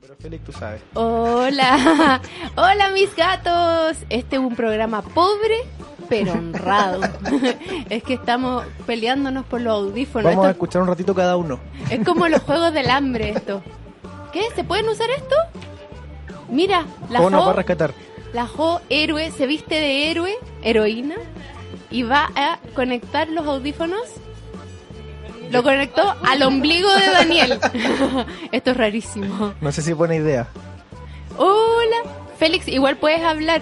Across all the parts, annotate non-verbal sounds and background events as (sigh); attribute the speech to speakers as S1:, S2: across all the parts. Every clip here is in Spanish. S1: Pero Félix, tú sabes.
S2: (laughs) Hola, hola mis gatos. Este es un programa pobre pero (laughs) honrado. es que estamos peleándonos por los audífonos.
S1: Vamos a
S2: Esto
S1: escuchar un ratito cada uno.
S2: es como
S1: (laughs)
S2: los juegos del hambre esto. ¿Qué? ¿Se pueden usar esto? Mira, la
S1: ¿Cómo nos va a
S2: Jo,
S1: rescatar?
S2: la Jo héroe se viste de héroe, heroína y va a conectar los audífonos. Lo conectó al ombligo de Daniel. (laughs) esto es rarísimo.
S1: No sé si es buena idea.
S2: Hola, Félix, igual puedes hablar.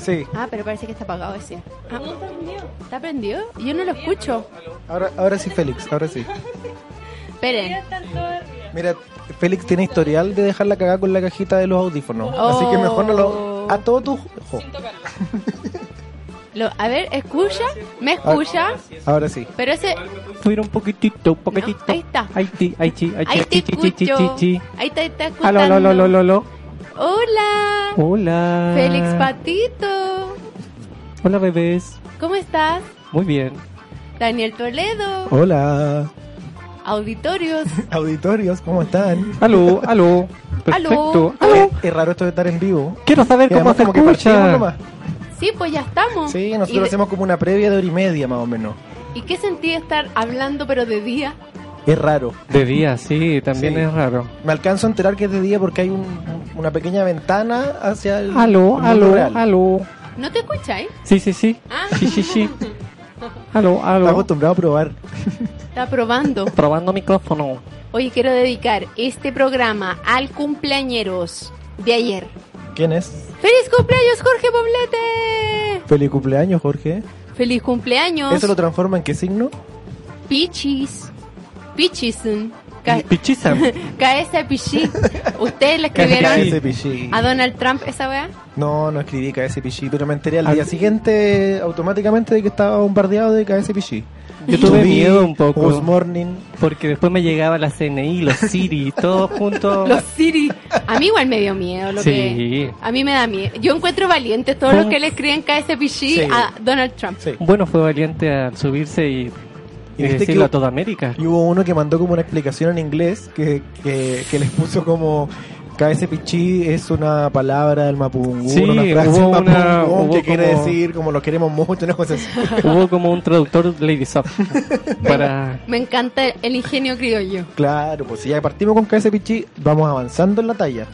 S1: Sí,
S2: Ah, pero parece que está apagado ese. Ah. ¿Está prendido? Yo no lo escucho.
S1: ahora, ahora sí, Félix, ahora sí.
S2: Esperen.
S1: Mira, Félix tiene historial de dejar la cagada con la cajita de los audífonos. Así que mejor no
S3: Oh.
S1: lo. A todo tu. jo.
S2: Lo- a ver, escucha.
S3: Ah.
S2: ¿Me escucha?
S1: Ahora sí.
S2: Pero ese...
S3: Fuera un poquitito, un poquitito.
S2: ahí está.
S3: Ahí ti, ahí chi, ahí
S2: Ahí te
S3: chi, chi, chi, chi, chi,
S2: escucho.
S3: chi. Ah,
S2: Ahí te está
S3: Aló, aló, aló, aló, aló,
S2: escuchando.
S3: aló.
S2: Hola.
S3: Hola.
S2: Félix Patito.
S3: Hola, bebés.
S2: ¿Cómo estás?
S3: Muy bien.
S2: Daniel Toledo.
S1: Hola,
S2: Auditorios.
S1: auditorios, ¿cómo están?
S3: Aló, aló. Perfecto. Aló.
S1: Es raro esto de estar en vivo.
S3: Quiero saber
S1: Y
S3: cómo
S1: además
S3: se
S1: como que partimos
S3: escucha.
S1: nomás.
S2: Sí, pues ya estamos.
S1: Sí,
S2: ¿Y,
S1: nosotros
S2: de-
S1: hacemos como una previa de hora y media más o menos.
S2: ¿Y qué sentí estar hablando pero de día?
S1: Es raro.
S3: De día, sí, también
S1: Sí.
S3: es raro.
S1: Me alcanzo a enterar que es de día porque hay un- una pequeña ventana hacia el. el
S3: Aló,
S1: mundo
S3: aló,
S1: real.
S3: aló.
S2: ¿No te ¿eh? escucháis?
S3: Sí, sí, sí.
S2: Ah.
S3: Sí, sí, sí. Aló,
S1: Está
S3: aló.
S1: acostumbrado a probar.
S2: Está probando.
S3: Probando micrófono.
S2: Hoy quiero dedicar este programa al cumpleañeros de ayer.
S1: ¿Quién es?
S2: ¡Feliz cumpleaños, Jorge Poblete!
S1: Feliz cumpleaños, Jorge.
S2: ¡Feliz cumpleaños!
S1: ¿Eso lo transforma en qué signo?
S2: Pichis. Pichis. (laughs)
S3: Pichiza.
S2: Cabeza de
S1: (laughs)
S2: pichí. ¿Ustedes le
S3: Cabeza
S2: escribieron
S3: de
S1: pichí.
S2: a Donald Trump esa weá?
S1: No, no escribí cabeza de pichí, pero me enteré al
S3: Ah.
S1: día siguiente automáticamente de que estaba bombardeado de cabeza de pichí.
S3: Yo tuve
S1: Tubi,
S3: miedo un poco.
S1: Good morning.
S3: Porque después me llegaba la CNI, los Siri, todos juntos.
S2: Los Siri. A mí igual me dio miedo lo
S3: Sí.
S2: que... A mí me da miedo. Yo encuentro valientes todos los que le escriben cabeza de pichí
S1: Sí.
S2: a Donald Trump.
S1: Sí.
S3: Bueno, fue valiente al subirse y,
S1: Y
S3: y
S1: viste
S3: decirlo
S1: que-
S3: a
S1: (laughs)
S3: toda América.
S1: Y hubo uno que mandó como una explicación en inglés que, que, que les puso como cabeza de pichí es una palabra del mapungún,
S3: Sí,
S1: una frase
S3: hubo
S1: del
S3: una-
S1: mapungún
S3: hubo
S1: que quiere
S3: como-
S1: decir como lo queremos mucho, una cosa así.
S3: Hubo como un traductor Lady Soft
S1: (laughs)
S3: para...
S2: Me encanta el ingenio criollo.
S1: Claro, pues si ya partimos con cabeza de pichí, vamos avanzando en la talla.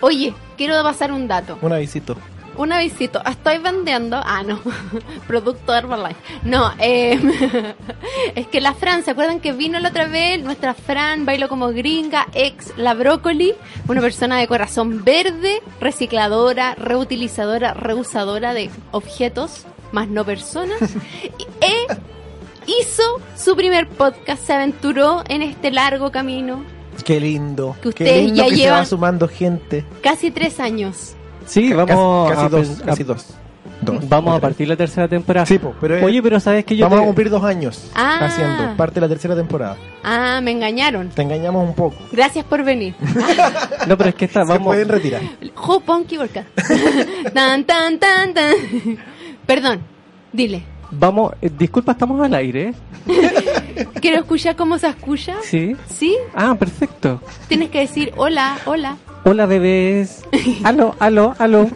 S2: Oye, quiero pasar un dato.
S1: Un avisito.
S2: Una visita, estoy vendiendo, ah no, (laughs) producto Herbalife. No, eh, (laughs) es que la Fran, ¿se acuerdan que vino la otra vez? Nuestra Fran bailó como gringa, ex la brócoli, una persona de corazón verde, recicladora, reutilizadora, reusadora de objetos, más no personas. Y, e hizo su primer podcast, se aventuró en este largo camino,
S1: Qué lindo.
S2: Que
S1: Qué
S2: ustedes
S1: lindo
S2: ya
S1: que se
S2: llevan-
S1: va sumando gente.
S2: casi tres años.
S3: Sí, vamos
S1: casi,
S3: a,
S1: casi dos,
S3: pen- a-
S1: casi dos. Dos,
S3: Vamos a
S1: tres.
S3: partir la tercera temporada.
S1: Sí, po, pero es-
S3: Oye, pero sabes que yo
S1: Vamos
S3: te-
S1: a cumplir dos años
S2: Ah.
S1: haciendo parte de la tercera temporada.
S2: Ah, me engañaron.
S1: Te engañamos un poco.
S2: Gracias por venir.
S3: No, pero es que está,
S1: (laughs) Se
S3: Ah, vamos...
S1: pueden retirar.
S2: Jo Ponky Volcán. (laughs) tan, tan, tan, tan. Perdón, dile.
S3: Vamos... eh, disculpa, estamos al aire, ¿eh?
S2: Quiero escuchar cómo se escucha.
S3: ¿sí?
S2: ¿Sí?
S3: Ah, perfecto.
S2: Tienes que decir hola, hola.
S3: Hola, bebés. Aló, aló, aló.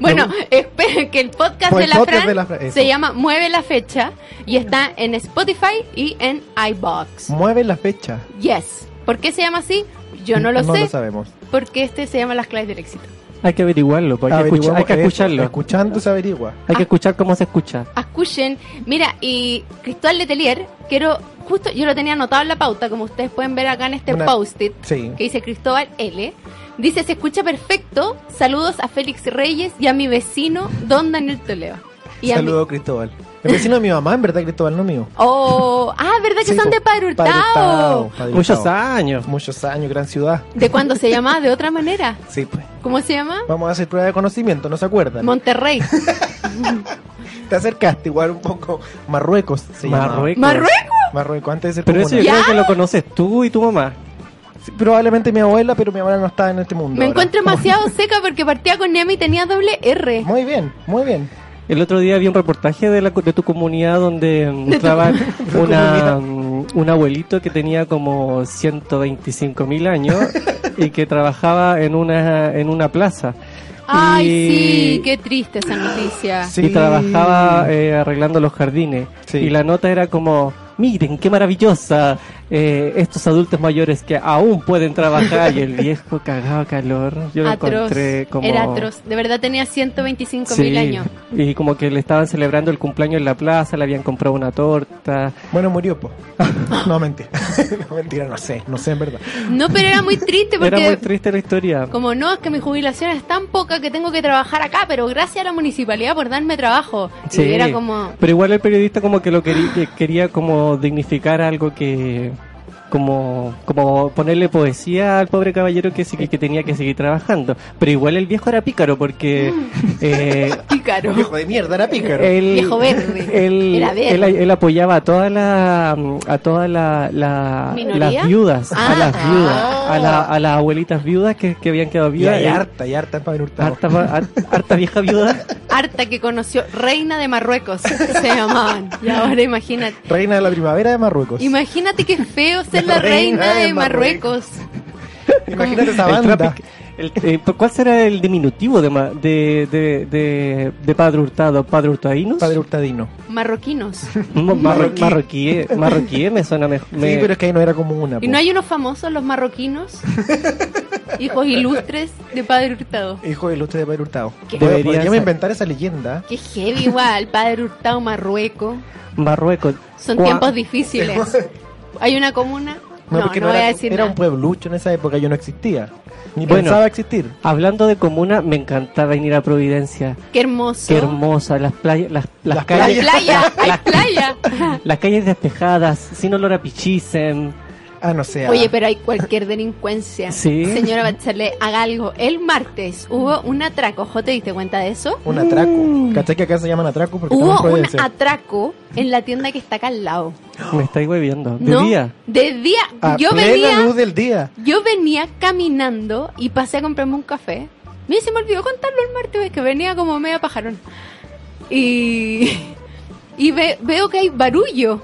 S2: Bueno, espero que el podcast,
S1: Pues
S2: de,
S1: el
S2: la
S1: podcast
S2: Fran
S1: de la Fran, eso.
S2: se llama Mueve la Fecha y está en Spotify y en iBox.
S1: Mueve la fecha.
S2: Yes. ¿Por qué se llama así? Yo no lo sé,
S1: sabemos.
S2: porque este se llama Las Claves del Éxito.
S3: Hay que averiguarlo, pues, hay, que escuchar-
S1: Averiguamos
S3: hay que
S1: esto.
S3: escucharlo.
S1: Escuchando se averigua.
S3: Hay que escuchar cómo se escucha.
S2: Escuchen, mira, y Cristóbal Letelier, quiero, justo yo lo tenía anotado en la pauta, como ustedes pueden ver acá en este
S1: Una-
S2: post-it,
S1: Sí.
S2: que dice Cristóbal L. Dice, se escucha perfecto, saludos a Félix Reyes y a mi vecino, Don Daniel Toledo. Y a mi-
S1: Saludo, Cristóbal. El vecino de mi mamá, en verdad, Cristóbal, no mío.
S2: Oh, ah, ¿verdad que
S1: Sí,
S2: son
S1: po.
S2: de Padre Hurtado?
S1: Padre Hurtado, Padre
S3: Muchos
S1: Hurtado.
S3: años.
S1: Muchos años, gran ciudad.
S2: ¿De cuándo se llamaba? ¿De otra manera?
S1: Sí, pues.
S2: ¿Cómo se llama?
S1: Vamos a hacer prueba de conocimiento, ¿no se acuerdan?
S2: Monterrey.
S1: Te acercaste igual un poco. Marruecos se llamaba.
S3: Marruecos.
S2: ¿Marruecos?
S1: Marruecos, antes de ser
S3: Pero eso yo
S1: comuna.
S2: ¿Ya?
S3: creo que lo conoces tú y tu mamá.
S1: Sí, Probablemente mi abuela, pero mi abuela no está en este mundo.
S2: Me
S1: ahora.
S2: encuentro demasiado seca porque partía con Nemi y tenía doble R.
S1: Muy bien, muy bien.
S3: El otro día vi un reportaje de, la, co- de tu comunidad donde
S2: (laughs)
S3: mm, estaba una, mm, un abuelito que tenía como 125 mil años y que trabajaba en una, en una plaza.
S2: Ay,
S3: Y-
S2: sí, qué triste esa noticia.
S1: Sí.
S3: y trabajaba eh, arreglando los jardines.
S1: Sí.
S3: Y la nota era como, miren, qué maravillosa eh, estos adultos mayores que aún pueden trabajar. y el viejo cagaba calor. Yo lo
S2: atroz.
S3: encontré como...
S2: Era atroz. De verdad tenía 125
S3: Sí,
S2: mil años.
S3: Y como que le estaban celebrando el cumpleaños en la plaza, le habían comprado una torta.
S1: Bueno, murió, po. (laughs) No, mentira. (laughs) No, mentira, no sé, no sé en verdad.
S2: No, pero era muy triste
S3: (laughs) Era muy
S2: porque...
S3: triste la historia.
S2: Como no, es que mi jubilación es tan poca que tengo que trabajar acá, pero gracias a la municipalidad por darme trabajo.
S3: Sí.
S2: Y era como,
S3: Pero igual el periodista como que lo quería, que quería como dignificar algo que como como ponerle poesía al pobre caballero que sí- que tenía que seguir trabajando. Pero igual el viejo era pícaro porque
S2: Mm.
S3: eh,
S2: pícaro.
S1: Viejo de mierda, era pícaro.
S3: él,
S2: Viejo
S3: (laughs)
S2: verde.
S3: él,
S2: Era verde.
S3: él- él apoyaba a todas la, a todas la, la-
S2: ¿Minoría?
S3: las viudas,
S2: Ah.
S3: a las viudas, a, la- a las abuelitas viudas que, que habían quedado
S1: y
S3: viudas.
S1: hay
S3: Él-
S1: harta, y harta para Hurtado.
S3: eh, harta, har- harta
S1: (laughs)
S3: vieja viuda.
S2: Harta que conoció, reina de Marruecos, se llamaban. Y ahora imagínate.
S1: Reina de la primavera de Marruecos.
S2: Imagínate qué feo ser la reina, de Marruecos.
S1: Imagínate esa
S3: El
S1: banda.
S3: traffic- el- eh, ¿Cuál será el diminutivo de, ma- de, de, de, de Padre Hurtado? ¿Padre Hurtadinos?
S1: Padre Hurtadino.
S2: Marroquinos.
S1: (laughs)
S3: Mo- marro-
S1: Marroquí.
S3: marroquí. eh, Marroquí, eh, me suena mejor.
S1: Sí, pero es que ahí no era como una.
S2: ¿Y no hay unos famosos, los
S3: (laughs)
S2: marroquinos? Hijos ilustres de Padre Hurtado.
S1: Hijo del otro de Padre Hurtado.
S2: ¿Qué?
S1: Bueno,
S3: Debería
S1: Podríamos
S3: ser.
S1: inventar esa leyenda.
S2: Qué heavy igual, Padre Hurtado, Marruecos.
S3: Marruecos.
S2: Son
S3: Cua-
S2: tiempos difíciles. ¿Hay una comuna? No, no,
S1: porque
S2: voy
S1: era,
S2: a decir
S1: era
S2: nada.
S1: un pueblucho en esa época, yo no existía. Ni
S3: Bueno.
S1: pensaba existir.
S3: Hablando de comuna, me encantaba venir a Providencia.
S2: Qué hermoso.
S3: Qué hermosa, las playas, las, las
S1: Las
S3: calles,
S2: Hay playa, hay playa.
S3: las calles despejadas, sin olor a
S1: (gasps)
S3: pichisen.
S1: Ah, no sé.
S2: Oye, pero hay cualquier delincuencia.
S3: Sí.
S2: Señora Bachelet, haga algo. El martes hubo un atraco. ¿Jo te diste cuenta de eso?
S1: Un atraco. ¿Cachai que acá se llaman atraco? Porque
S2: Hubo
S1: estamos en
S2: un
S1: Providencia.
S2: atraco en la tienda que está acá al lado.
S3: Me estáis hueviendo. De
S2: ¿No?
S3: día.
S2: De día.
S1: A
S2: yo
S1: Ah, plena
S2: venía,
S1: luz del día.
S2: yo venía caminando y pasé a comprarme un café. Mira, se me olvidó contarlo el martes, es que venía como media pajarón. Y, y ve- veo que hay barullo.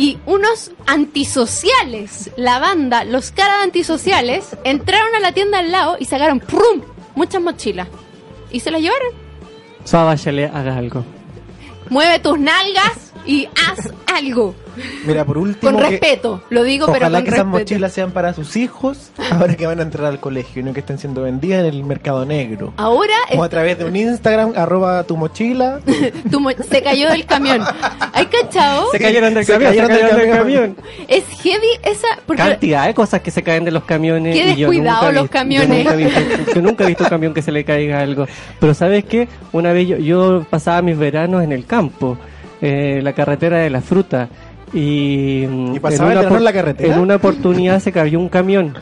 S2: Y unos antisociales, la banda, los caras de antisociales, entraron a la tienda al lado y sacaron ¡prum! muchas mochilas. Y se las llevaron.
S3: Suave, Bachelet, haga algo.
S2: Mueve tus nalgas y haz algo.
S1: Mira, por último.
S2: Con
S1: que-
S2: respeto, lo digo, pero
S1: Ojalá
S2: con
S1: que esas
S2: respeto.
S1: mochilas sean para
S2: (laughs)
S1: sus hijos ahora que van a entrar al colegio y no que estén siendo vendidas en el mercado negro.
S2: Ahora
S1: O a
S2: es-
S1: través de un Instagram, arroba tu mochila.
S2: (laughs) tu mo- se cayó del camión. ¿Hay cachao?
S1: Se
S3: cayeron del
S1: se
S3: camión,
S1: cayeron
S3: se
S1: del
S3: cayeron del
S1: camión.
S3: camión.
S2: Es heavy esa. Porque
S3: Cantidad de cosas que se caen de los camiones.
S2: Qué
S3: y yo nunca
S2: descuidado
S3: vi-
S2: los camiones.
S3: Yo nunca, he visto, yo nunca he visto un camión que se le caiga algo. Pero ¿sabes qué? Una vez yo, yo pasaba mis veranos en el campo, eh, la carretera de la fruta. Y, mm,
S1: ¿Y pasaba
S3: en
S1: el
S3: una
S1: verano en la
S3: opor-
S1: carretera?
S3: en una oportunidad se cayó un camión.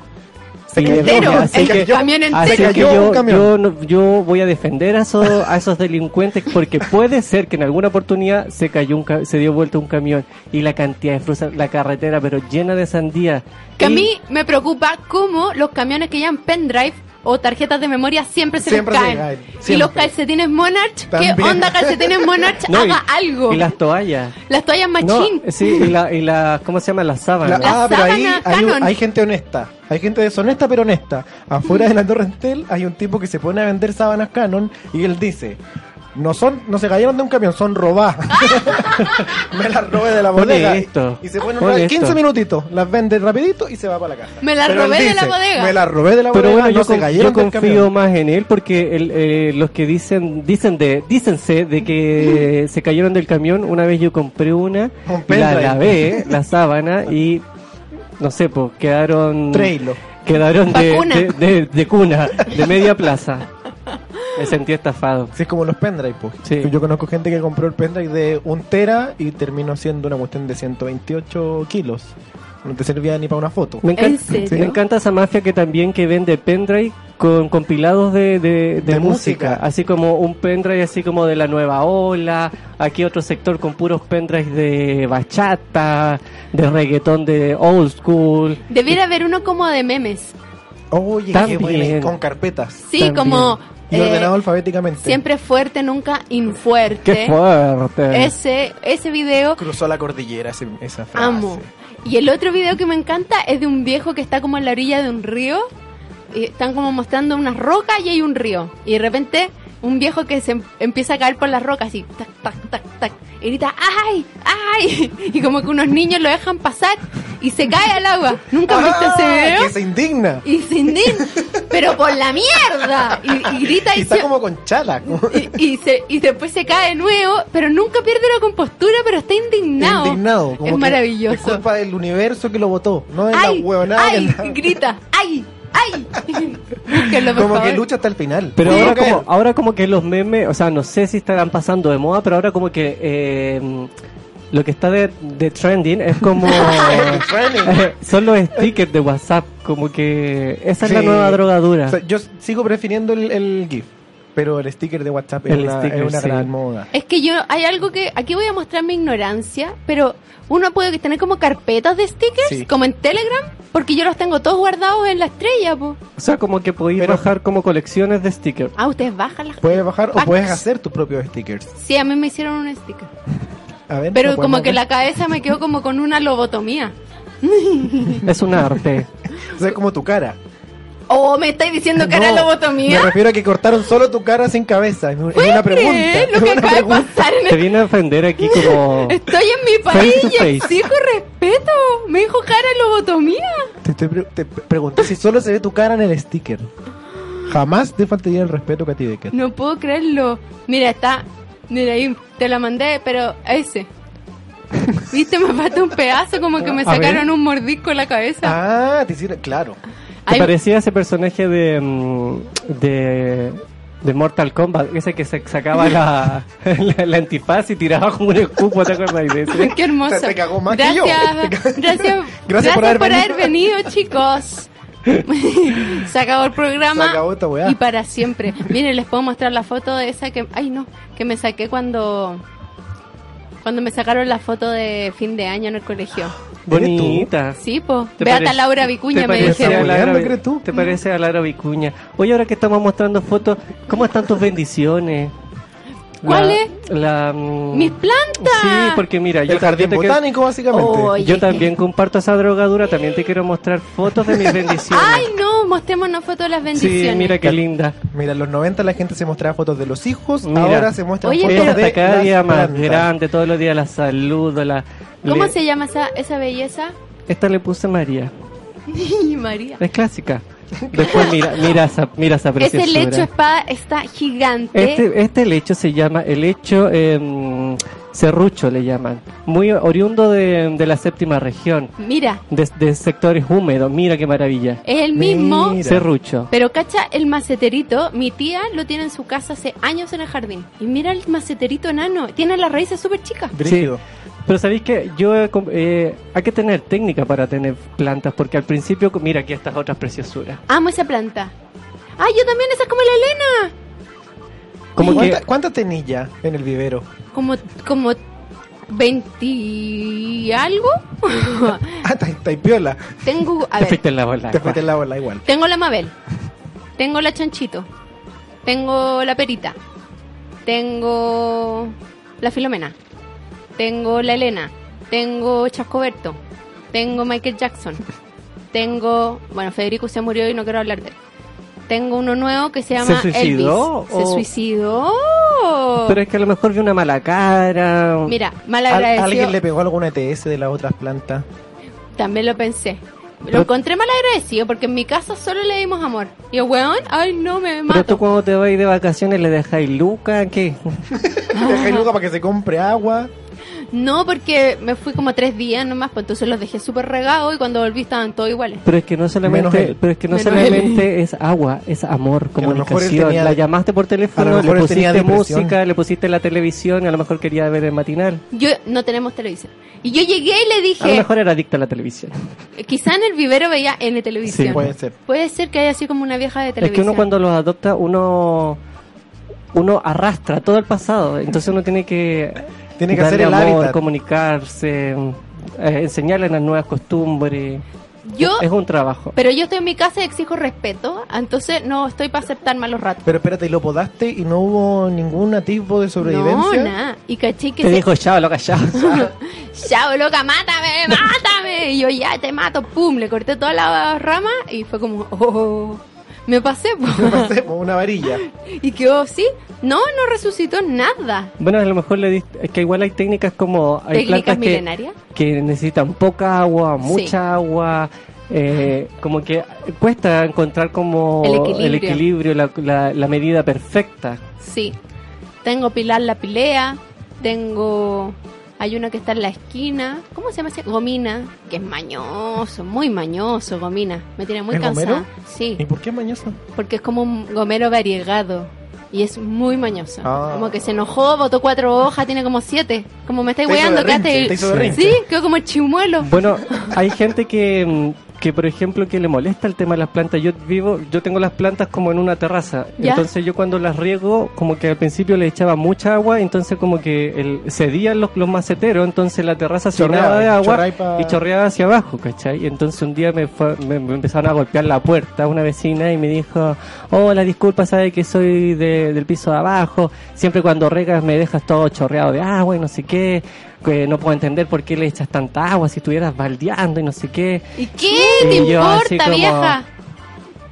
S1: Se
S3: Y
S1: cayó.
S3: de verdad,
S2: Entero.
S3: así
S2: Se
S3: que-
S2: cayó. Camión entero.
S3: así
S1: Se
S3: que
S1: cayó
S3: yo,
S1: un camión.
S3: yo no- yo voy a defender a esos, a esos delincuentes porque puede ser que en alguna oportunidad se cayó un ca- se dio vuelta un camión y la cantidad de fruta, la carretera pero llena de sandía.
S2: que a
S3: Y-
S2: mí me preocupa cómo los camiones que llevan pendrive o tarjetas de memoria siempre se
S1: Siempre
S2: les
S1: se
S2: caen.
S1: caen,
S2: Y
S1: siempre.
S2: los calcetines Monarch, ¿qué
S1: También.
S2: onda calcetines Monarch?
S3: (laughs) no, y-
S2: Haga algo.
S3: Y las toallas.
S2: Las toallas
S3: No,
S2: machín.
S3: sí, y la, y la- ¿cómo se llama? Las sábanas.
S2: La-
S1: ah, pero ahí
S2: sábana
S1: hay,
S2: Canon.
S1: hay gente honesta. Hay gente deshonesta pero honesta. Afuera de la Torre Entel hay un tipo que se pone a vender sábanas Canon y él dice, No son, no se cayeron de un camión, son robadas. (laughs) Me las robé de la
S3: Pone
S1: bodega.
S3: esto,
S1: Y se ponen
S3: pone
S1: unas
S3: esto.
S1: 15 minutitos, las vende rapidito y se va para la casa.
S2: Me la
S1: Pero él
S2: robé de la
S1: dice,
S2: bodega.
S1: Me la robé de la
S3: Pero
S1: bodega,
S3: bueno,
S1: no
S3: yo,
S1: se
S3: con-
S1: cayeron
S3: yo
S1: del
S3: confío
S1: camión.
S3: más en él porque el- eh, los que dicen, dicen de, dícense
S1: (laughs)
S3: de que se cayeron del camión. Una vez yo compré una,
S1: Un
S3: la
S1: pendrive.
S3: lavé,
S1: (laughs)
S3: la sábana y no sé, pues quedaron,
S1: Trailo.
S3: quedaron de,
S2: Vacuna.
S3: de- de- de cuna, de media plaza. Me sentí estafado.
S1: Sí, es como los pendrive, pues.
S3: Sí.
S1: Yo conozco gente que compró el pendrive de un tera y terminó siendo una cuestión de 128 kilos. No te servía ni para una foto.
S3: Me
S2: ¿En
S3: encanta,
S2: serio?
S3: me encanta esa mafia que también que vende pendrive con compilados de, de- de
S1: De
S3: música.
S1: música.
S3: así como un pendrive así como de la nueva ola, aquí otro sector con puros pendrives de bachata, de reggaetón de old school.
S2: Debiera haber uno como de memes.
S1: Oye,
S3: También.
S1: qué buena, y con carpetas.
S2: Sí,
S3: También.
S2: como
S1: Y
S2: eh,
S1: ordenado alfabéticamente.
S2: siempre fuerte, nunca infuerte.
S3: ¡Qué fuerte!
S2: Ese, ese video
S1: Cruzó la cordillera ese- esa frase.
S2: amo. Y el otro video que me encanta es de un viejo que está como en la orilla de un río. Y están como mostrando unas rocas y hay un río. Y de repente un viejo que se em- empieza a caer por las rocas y tac, tac, tac, tac. Y grita, ¡ay! ¡ay! (laughs) Y como que unos niños lo dejan pasar y se cae al agua. ¿Nunca viste
S1: Ah,
S2: ese
S3: ¿eh?
S2: video?
S1: que se indigna.
S2: Y sin din,
S1: (laughs)
S2: pero por la mierda. Y, y grita
S1: Y
S2: y,
S1: está
S2: se-
S1: como con chala. como-
S2: y, y se- y después se cae de nuevo, pero nunca pierde la compostura, pero está (laughs) indignado.
S1: indignado. como
S2: es
S1: que
S2: maravilloso.
S1: Es culpa del universo que lo votó. No es
S2: ¡Ay!
S1: la huevonada que
S2: ¡Ay!
S1: andaba.
S2: Grita. ¡Ay!
S1: (laughs)
S2: ¡Ay! Búsquenlo, (laughs) por
S1: Como
S2: favor.
S1: que lucha hasta el final.
S3: Pero
S1: Sí,
S3: ahora
S1: caer.
S3: como, ahora como que los memes, o sea, no sé si estarán pasando de moda, pero ahora como que eh, lo que está de, de trending es
S1: (laughs)
S3: como...
S1: Ah,
S3: (laughs)
S1: Training.
S3: Son los stickers de WhatsApp, como que esa es la
S1: Sí.
S3: nueva drogadura.
S1: O sea, yo sigo prefiriendo el, el GIF, pero el sticker de WhatsApp es
S3: El
S1: una,
S3: sticker,
S1: es una
S3: sí.
S1: gran moda.
S2: Es que yo, hay algo que, aquí voy a mostrar mi ignorancia, pero uno puede tener como carpetas de stickers,
S1: Sí.
S2: como en Telegram, porque yo los tengo todos guardados en la estrella, po.
S3: O sea, como que podéis
S1: Pero-
S3: bajar como colecciones de stickers.
S2: Ah, ustedes bajan las...
S1: Puedes bajar
S2: Packs.
S1: o puedes hacer tus propios stickers.
S2: Sí, a mí me hicieron un sticker.
S1: A ver,
S2: Pero
S1: ¿lo
S2: como
S1: podemos
S2: que
S1: ver?
S2: la cabeza me quedó como con una lobotomía.
S3: Es
S1: (laughs)
S3: un arte.
S1: O sea, es como tu cara.
S2: Oh, me estáis diciendo que era
S1: No,
S2: lobotomía.
S1: Me refiero a que cortaron solo tu cara sin cabeza. Es un- es una pregunta.
S2: ¿Crees lo
S1: es
S2: que
S1: una
S2: acaba de
S1: pregunta.
S2: pasar en
S3: Te
S2: el...
S3: viene a ofender
S1: (laughs)
S3: aquí como...
S2: Estoy en mi país
S3: Face to
S2: y
S3: face.
S2: exijo respeto. Me dijo cara lobotomía.
S1: Te, estoy pre- te pregunté si solo se ve tu cara en el sticker. Jamás te faltaría el respeto que a ti, Becker.
S2: No puedo creerlo. Mira, está. Mira ahí, te la mandé, pero
S1: (laughs)
S2: ese. Viste, me falta un pedazo, como que me
S3: A ver.
S2: sacaron un mordisco en la cabeza.
S1: Ah, te hicieron, claro.
S3: ¿Te
S2: Ay,
S3: parecía ese personaje de, mm, de, de Mortal Kombat? Ese que se sacaba la, (laughs) la, la antifaz y tiraba como un escupo, ¿te acuerdas? de ese?
S2: (laughs) qué hermoso.
S1: Te- te cagó más que yo.
S2: gracias,
S1: (laughs)
S2: gracias,
S1: Te
S2: gracias,
S1: Gracias
S2: por
S1: por
S2: haber,
S1: haber
S2: venido,
S1: (laughs)
S2: chicos. (laughs) Se acabó el programa
S1: Se acabó esta weá.
S2: y para siempre. Miren, les puedo mostrar la foto de esa que, ay no, que me saqué cuando cuando me sacaron la foto de fin de año en el colegio.
S1: Ah.
S3: Bonita.
S2: Sí, po.
S3: ¿Te
S2: Beata
S3: parece-
S2: Laura
S3: te
S2: Vicuña me
S3: parece
S2: dijeron.
S3: a Lara
S1: ¿Cuándo
S3: Vi-
S1: crees tú?
S3: ¿Te parece a Lara Vicuña? Oye, ahora que estamos mostrando fotos, ¿cómo están tus bendiciones? La-
S2: ¿Cuáles?
S3: La, mm,
S2: Mis plantas.
S3: Sí, porque mira, yo,
S1: El jardín
S3: yo te quiero-
S1: botánico, básicamente.
S2: Oye.
S3: yo también comparto esa drogadura, también te quiero mostrar
S2: (laughs)
S3: fotos de mis bendiciones.
S2: Ay, no, mostremos una foto de las bendiciones.
S3: sí, mira qué linda.
S1: Mira, en los 90 la gente se mostraba fotos de los hijos,
S3: Mira.
S1: ahora se muestran
S2: Oye,
S1: fotos
S3: Ella
S1: de
S3: está cada
S1: las
S3: día más
S1: plantas.
S3: grande, todos los días la saludo. La,
S2: ¿Cómo
S3: le-
S2: se llama esa, esa belleza?
S3: Esta le puse María,
S2: María.
S3: es clásica. Después mira, mira esa, mira esa preciosura.
S2: Ese lecho espada está gigante.
S3: Este, este helecho se llama helecho eh, serrucho, le llaman. Muy oriundo de, de la séptima región,
S2: Mira,
S3: de, de sectores húmedos. Mira qué maravilla.
S2: es el mismo.
S1: Mira.
S3: Serrucho.
S2: Pero cacha, el maceterito, mi tía lo tiene en su casa hace años en el jardín. Y mira el maceterito enano, tiene las raíces súper chicas.
S1: Brígido.
S3: Pero sabéis que yo he com- eh, hay que tener técnica para tener plantas, porque al principio, mira aquí estas otras preciosuras.
S2: Amo esa planta. ¡Ay, yo también! ¡Esa es como la Elena!
S3: Como que
S1: ¿Cuánta, cuánta tenís ya en el vivero? (laughs)
S2: Como, como 20 y algo. (laughs)
S1: Ah, está, está ahí piola.
S2: tengo, a
S3: te
S2: ver,
S3: fuiste en la bola.
S1: Te fuiste en la bola igual.
S2: tengo la Mabel, tengo la Chanchito, tengo la Perita, tengo la Filomena, tengo la Elena, tengo Chascoberto, tengo Michael Jackson, tengo, bueno, Federico se murió y no quiero hablar de él. Tengo uno nuevo que se llama
S3: ¿Se suicidó
S2: Elvis.
S3: o-
S2: Se suicidó.
S3: Pero es que a lo mejor vi una mala cara.
S2: Oh. Mira, mal
S1: Al-
S2: agradecido.
S1: ¿Alguien le pegó alguna ETS de las otras
S2: (laughs)
S1: plantas?
S2: También lo pensé. Lo
S3: Pero-
S2: encontré mal agradecido porque en mi casa solo le dimos amor. Y el weón, ay no, me
S3: Pero tú
S2: mato.
S3: cuando te vais de vacaciones le dejáis Luca, ¿qué?
S1: Deja Luca para que se compre agua.
S2: No, porque me fui como tres días nomás, pues entonces los dejé súper regados y cuando volví estaban todos iguales.
S3: Pero es que no
S1: Menos
S3: solamente,
S1: él.
S3: pero es que no
S2: Menos
S3: solamente es agua, es amor,
S1: Que a lo mejor él
S3: comunicación.
S1: tenía-
S3: la llamaste por
S1: a lo
S3: teléfono,
S1: mejor
S3: le
S1: él tenía
S3: pusiste
S1: depresión.
S3: música, le pusiste la televisión, a lo mejor quería ver el matinal.
S2: Yo no tenemos televisión. Y yo llegué y le
S3: A lo
S2: dije, eh,
S3: mejor era adicta a la televisión.
S2: quizá en el vivero veía N televisión.
S3: Sí,
S1: Puede ser.
S2: Puede ser que haya sido como una vieja de
S3: Es que
S2: televisión.
S3: uno cuando los adopta, uno uno arrastra todo el pasado. Entonces uno tiene que
S1: Tiene que
S3: darle
S1: hacer el
S3: amor,
S1: hábitat.
S3: comunicarse, eh, enseñarle las nuevas costumbres.
S2: Yo,
S3: es un trabajo.
S2: pero yo estoy en mi casa y exijo respeto, entonces no estoy para aceptar malos ratos.
S1: Pero espérate, ¿y lo podaste y no hubo ningún tipo de
S2: No,
S1: sobrevivencia? (laughs)
S2: nada. Y caché que
S3: Te
S2: se-
S3: dijo chao, loca, chao. (laughs)
S2: Chao, loca, mátame, (laughs) mátame. Y yo ya te mato, pum, le corté todas las ramas y fue como, oh, me pasé.
S3: (laughs)
S2: po.
S1: Hacemos pues, una varilla.
S2: y quedó así. No, no resucitó nada.
S3: bueno, a lo mejor le diste, es que igual hay técnicas como hay
S2: Técnicas
S3: plantas que-
S2: milenarias.
S3: que, necesitan poca agua,
S2: Sí.
S3: mucha agua. eh, como que cuesta encontrar como
S2: El equilibrio.
S3: equilibrio, la- la- la medida perfecta.
S2: Sí. Tengo Pilar la Pilea, tengo... Hay una que está en la esquina. ¿Cómo se llama ese? Gomina, que es mañoso, muy mañoso, Gomina. Me tiene muy
S1: ¿Es
S2: cansada.
S1: gomero?
S2: Sí,
S1: ¿Y por qué mañoso?
S2: porque es como un gomero variegado. Y es muy mañoso.
S1: Ah.
S2: Como que se enojó, botó cuatro hojas, tiene como siete. Como me estáis
S1: Te hizo
S2: weando,
S1: berrinche,
S2: quedaste-
S1: te hizo
S2: Sí,
S1: berrinche.
S2: quedó como chimuelo.
S3: Bueno, hay gente que, mm, que, por ejemplo, que le molesta el tema de las plantas. Yo vivo, yo tengo las plantas como en una terraza.
S2: Ya.
S3: Entonces yo cuando las riego, como que al principio le echaba mucha agua, entonces como que el- cedían los, los maceteros, entonces la terraza se
S1: Chorreaba,
S3: llenaba de agua
S1: chorreaba pa-
S3: y chorreaba hacia abajo, ¿cachai? Y entonces un día me, fue- me- me empezaron a golpear la puerta una vecina y me dijo, hola, disculpa, sabe que soy de- del piso de abajo, siempre cuando regas me dejas todo chorreado de agua y no sé qué, que no puedo entender por qué le echas tanta agua si estuvieras baldeando y no sé qué.
S2: ¿Y qué te
S3: Y yo así
S2: importa,
S3: como-
S2: vieja?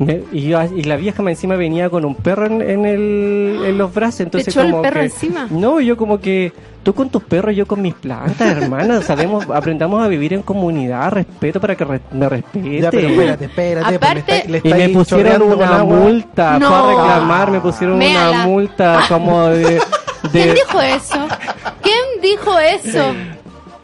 S3: Me- ¿Eh? y, yo- y la vieja me encima venía con un perro en, en el, en los brazos. Entonces,
S2: echó el
S3: como
S2: perro
S3: que-
S2: encima?
S3: No, yo como que tú con tus perros, yo con mis plantas,
S2: (laughs)
S3: hermano. Sabemos, aprendamos a vivir en comunidad, respeto para que re- me respete.
S1: Ya, pero espérate, espérate. pues,
S2: Aparte-
S1: está- le
S3: Este- y me
S1: estáis
S3: pusieron
S1: chorreando con
S3: una
S1: agua.
S3: multa,
S2: No.
S3: fue a reclamar, me pusieron
S2: Mea
S3: una
S2: la-
S3: multa
S2: (laughs)
S3: como de,
S2: ¿Quién
S3: de
S2: dijo eso? ¿Quién dijo eso?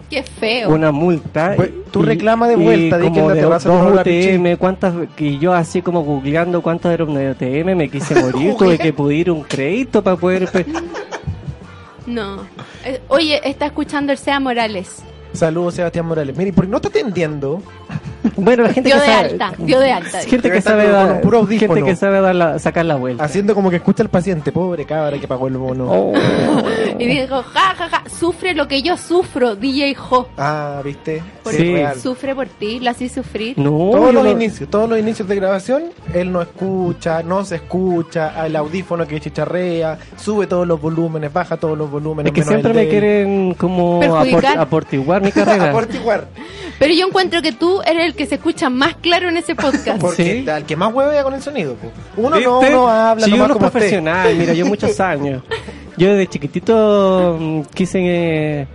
S2: Qué feo.
S3: una multa.
S1: Pues,
S3: y-
S1: tú reclama de
S3: y
S1: vuelta, di que
S3: como
S1: en la
S3: de
S1: terraza
S3: dos
S1: no la
S3: UTM, cuántas, y yo así como googleando cuántos eran de UTM, me quise morir, tuve que pedir un crédito para poder...
S2: (laughs)
S3: pe-
S2: No. Eh, Oye, está escuchando el Sea Morales.
S1: Saludos, Sebastián Morales. Mire, ¿por qué no está atendiendo?
S3: Bueno, la gente
S2: Dio
S3: que
S2: de
S3: sabe...
S2: alta, dio de alta.
S3: Gente
S1: Debe
S3: que
S1: estar
S3: sabe,
S1: con
S3: dar-
S1: un puro audífono.
S3: gente que sabe dar la- sacar la vuelta.
S1: Haciendo como que escucha al paciente. Pobre cabra que pagó el bono.
S3: Oh.
S2: Y dijo, ja, ja, ja, sufre lo que yo sufro, DJ Jo.
S1: Ah, ¿viste?
S3: Por Sí.
S1: real.
S2: Sufre por ti, la hice sufrir.
S3: No,
S1: Todos
S3: yo
S1: los,
S3: no-
S1: inicios, todos los inicios de grabación, él no escucha, no se escucha, el audífono que chicharrea, sube todos los volúmenes, baja todos los volúmenes.
S3: es que
S1: menos el Ah,
S3: siempre me
S1: de él. (laughs)
S3: quieren como aport,
S2: Perjudicar.
S3: aportiguar mi
S2: (laughs)
S3: carrera.
S1: Amortiguar.
S2: Pero yo encuentro que tú eres el que se escucha más claro en ese podcast.
S1: Porque
S3: Sí.
S1: el que más huevea con el sonido. po. Uno no
S3: ¿Viste?
S1: uno habla
S3: Si yo
S1: nomás
S3: no
S1: como esté. (laughs)
S3: profesional, mira, yo muchos años. Yo desde chiquitito mm, quise... eh,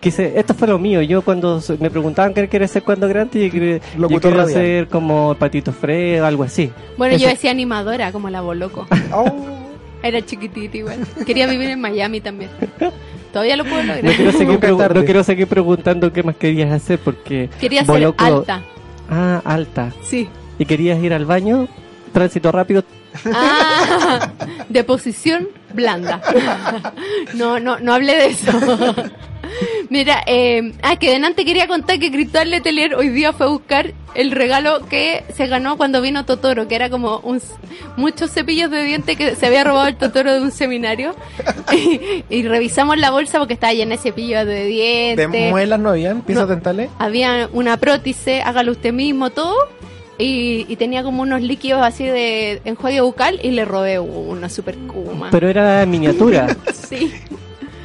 S3: Quise, esto fue lo mío. Yo cuando so- me preguntaban qué quería ser cuando grande, yo quería, yo
S1: Locutor
S3: quería
S1: radial.
S3: ser como Patito Fred o
S2: (laughs)
S3: algo así.
S2: Bueno, yo
S3: Eso-
S2: decía animadora, como la Boloco.
S1: Oh.
S2: Era chiquitita igual. Quería vivir en Miami también. Todavía lo puedo
S3: No quiero,
S2: lograr.
S3: seguir
S1: Nunca es
S3: pregu-
S1: tarde.
S3: no quiero seguir preguntando qué más querías hacer porque...
S2: Quería ser
S3: Boloco-
S2: alta.
S3: Ah, alta.
S2: Sí.
S3: ¿Y querías ir al baño? Tránsito rápido.
S2: Ah, de posición blanda. No, no, no hablé de eso. Mira, eh, ah, que delante quería contar que Cristóbal Letelier hoy día fue a buscar el regalo que se ganó cuando vino Totoro, que era como un, s- muchos cepillos de dientes que se había robado el Totoro de un seminario. (laughs) Y, y revisamos la bolsa porque estaba llena de cepillos de
S1: De
S2: dientes.
S1: muelas no habían, piezas
S2: No.
S1: dentales.
S2: Había una prótice, hágalo usted mismo, todo. Y, y tenía como unos líquidos así de enjuague bucal y le robé una super kuma.
S3: Pero era miniatura. (laughs)
S2: Sí,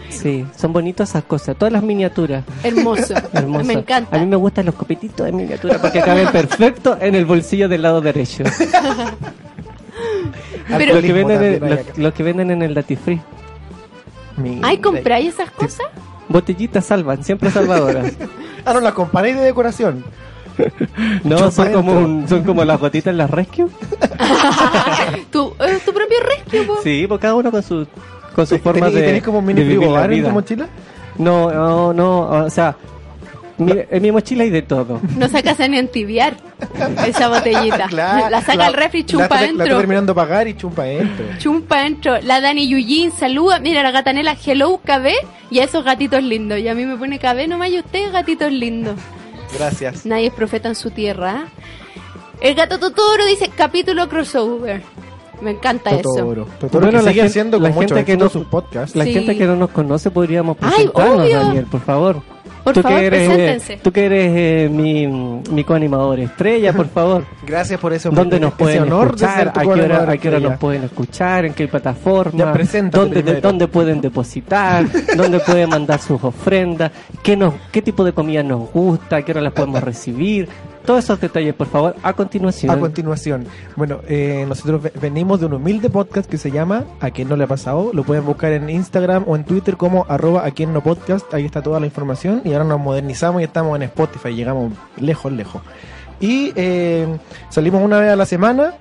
S3: Sí, son bonitas esas cosas. Todas las miniaturas. (laughs)
S2: hermoso.
S3: Hermosas.
S2: Me
S3: A
S2: encanta.
S3: mí me gustan los copetitos de miniatura porque caben perfecto en (laughs) el bolsillo del lado derecho.
S2: Pero-
S3: los, que venden en,
S1: Alcoholismo también
S3: los- los que venden en el Latifree.
S1: hay acá.
S2: Ay, ¿compráis esas cosas?
S3: Botellitas salvan, siempre (laughs) salvadoras.
S1: Ah, no, las comparáis de decoración.
S3: No,
S1: Chupa
S3: son como,
S1: dentro.
S3: un- son como las gotitas en las rescue.
S2: (laughs) ¿Tu, eh, tu propio rescue, po.
S3: Sí, pues cada uno con su, con su
S1: ¿Tenéis-
S3: forma de.
S1: ¿Tenéis como un mini
S3: de vivir la
S1: frigobar en tu
S3: vida.
S1: mochila?
S3: No, no, no, o sea, mi- en mi mochila hay de todo.
S2: No sacas ni entibiar esa
S3: (laughs)
S2: botellita. la saca
S1: la-
S2: el refri,
S1: la está-
S2: chumpa
S1: La está
S2: dentro.
S1: terminando de pagar y chumpa dentro.
S2: Chumpa dentro. La Dani Yuyin saluda. Mira, la gatanela, hello, KB. Y a esos gatitos lindos. Y a mí me pone KB nomás y ustedes, gatitos lindos. (laughs)
S1: Gracias.
S2: Nadie es profeta en su tierra. ¿eh? El gato Totoro dice capítulo crossover. Me encanta eso.
S1: Totoro. Totoro
S3: Bueno,
S1: que
S3: la
S1: sigue
S3: gente-
S1: haciendo con
S3: la
S1: mucho
S3: gente que
S1: éxito
S3: no-
S1: sus podcasts.
S3: La
S2: Sí.
S3: gente que no nos conoce podríamos
S2: Ay,
S3: presentarnos,
S2: obvio.
S3: Daniel, por favor.
S2: Por
S3: tú
S2: favor,
S3: que eres, eh,
S2: preséntense.
S3: Tú que eres eh, mi, mi coanimador estrella, (laughs) por favor.
S1: Gracias por eso.
S3: ¿Dónde nos
S1: ese
S3: pueden
S1: honor de
S3: escuchar?
S1: ser tu
S3: ¿A qué, hora,
S1: colaborador
S3: a qué hora nos
S1: estrella.
S3: pueden escuchar? ¿En qué plataforma?
S1: Ya, preséntate
S3: ¿Dónde,
S1: primero.
S3: ¿Dónde
S1: (laughs)
S3: pueden depositar? ¿Dónde pueden mandar sus ofrendas? ¿Qué, nos, ¿Qué tipo de comida nos gusta? ¿A qué hora las podemos recibir? Todos esos detalles, por favor, a continuación.
S1: A continuación, bueno, eh, nosotros ve- venimos de un humilde podcast que se llama A quien no le ha pasado. Lo pueden buscar en Instagram o en Twitter como arroba a quien no podcast. Ahí está toda la información y ahora nos modernizamos y estamos en Spotify. Llegamos lejos, lejos. Y eh, salimos una vez a la semana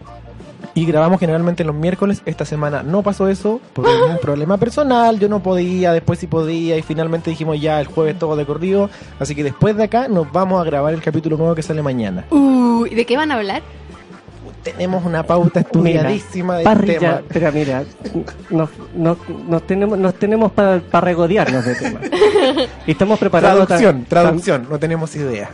S1: y grabamos generalmente los miércoles. Esta semana no pasó eso por un problema personal. Yo no podía, después sí podía y finalmente dijimos ya el jueves todo de corrido. Así que después de acá nos vamos a grabar el capítulo nuevo que sale mañana
S2: Uy, ¿De qué van a hablar?
S1: tenemos una pauta
S3: Mira,
S1: estudiadísima del
S3: parrilla,
S1: tema.
S3: pero mira, nos, nos, nos tenemos, nos tenemos para regodearnos
S1: (laughs)
S3: de tema. Y estamos preparando ta-
S1: Traducción,
S3: tam-
S1: traducción, no tenemos idea.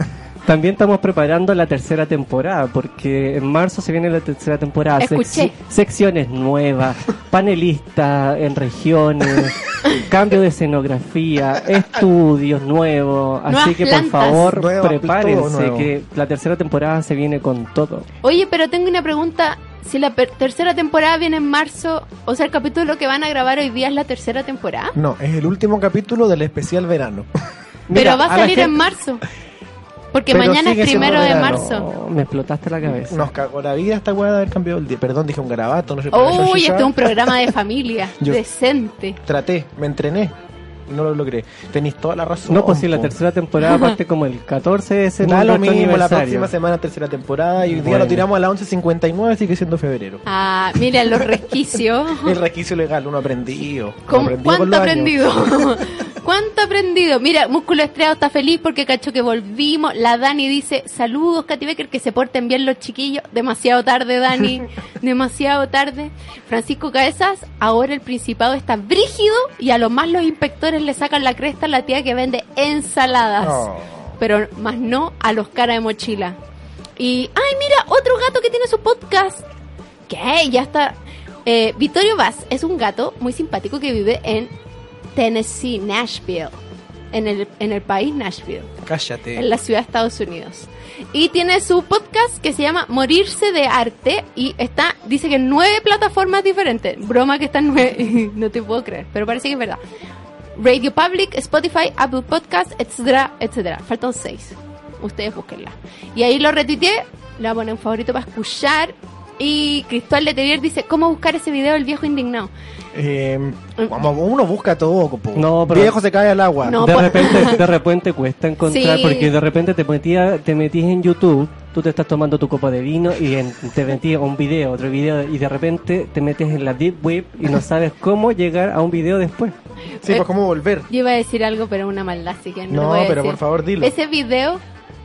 S3: también estamos preparando la tercera temporada, porque en marzo se viene la tercera temporada.
S2: Escuché.
S3: secciones nuevas, panelistas
S2: (laughs)
S3: en regiones, cambio de escenografía, estudios nuevos. Así
S2: Nuevas
S3: que
S2: plantas.
S3: por favor,
S1: Nuevas, todo
S3: prepárense,
S1: nuevo.
S3: que la tercera temporada se viene con todo.
S2: Oye, pero tengo una pregunta. Si la per- tercera temporada viene en marzo, o sea, el capítulo que van a grabar hoy día es la tercera temporada.
S1: No, es el último capítulo del especial verano.
S3: Mira,
S2: pero va a
S3: la
S2: salir en
S3: gente-
S2: marzo. Porque
S1: Pero
S2: mañana es
S1: sigue siendo
S2: primero de
S1: verano.
S2: marzo.
S3: No, me explotaste la cabeza.
S1: Nos cagó la vida esta weá de haber cambiado el día. Perdón, dije un garabato, no sé
S2: Uy, este es un programa de familia.
S1: (laughs) Yo-
S2: decente.
S1: Traté, me entrené. y No lo logré. Tenéis toda la razón.
S3: No, pues si la
S1: po.
S2: (laughs)
S3: tercera temporada parte como el 14 de ese
S1: Da lo mismo la próxima semana, tercera temporada. Y hoy día
S3: Bueno.
S1: lo tiramos a las 11.59, sigue siendo febrero.
S2: Ah, mira, los resquicios.
S1: El requisito legal, uno aprendido. uno
S2: ¿Cómo-
S1: aprendido con
S2: ¿Cuánto
S1: los años.
S2: aprendido? (laughs) ¿Cuánto aprendido? Mira, Músculo Estrellado está feliz porque cacho que volvimos. La Dani dice, saludos, Katy Becker, que se porten bien los chiquillos. Demasiado tarde,
S1: (laughs)
S2: Dani. Demasiado tarde. Francisco Cabezas, ahora el Principado está brígido y a lo más los inspectores le sacan la cresta a la tía que vende ensaladas.
S1: Oh.
S2: Pero más no a los cara de mochila. Y, ay, mira, otro gato que tiene su podcast. ¿Qué? Ya está. Eh, Vittorio Vaz es un gato muy simpático que vive en Tennessee, Nashville. En el, en el país Nashville,
S1: Cállate.
S2: en la ciudad de Estados Unidos. Y tiene su podcast que se llama Morirse de Arte y está, dice que en nueve plataformas diferentes. Broma que está en nueve, (laughs) no te puedo creer, pero parece que es verdad. Radio Public, Spotify, Apple Podcast, etcétera, etcétera. Faltan seis. Ustedes búsquenla. Y ahí lo retuiteé, la ponen un favorito para escuchar. Y Cristóbal Leterier dice, ¿cómo buscar ese video del viejo indignado?
S1: Eh, vamos, uno busca todo, po.
S3: No, pero-
S1: Viejo se cae al agua.
S2: No,
S3: de
S2: pues- (laughs)
S3: repente, de repente cuesta encontrar,
S2: Sí.
S3: porque de repente te metías te metís en YouTube, tú te estás tomando tu copa de vino y en- te metías a un video, otro video, y de repente te metes en la deep web y no sabes cómo llegar a un video después.
S1: Sí, pues cómo volver.
S2: Yo iba a decir algo, pero una maldad, así que no,
S1: No,
S2: lo voy a
S1: pero
S2: decir.
S1: por favor, dilo.
S2: Ese video,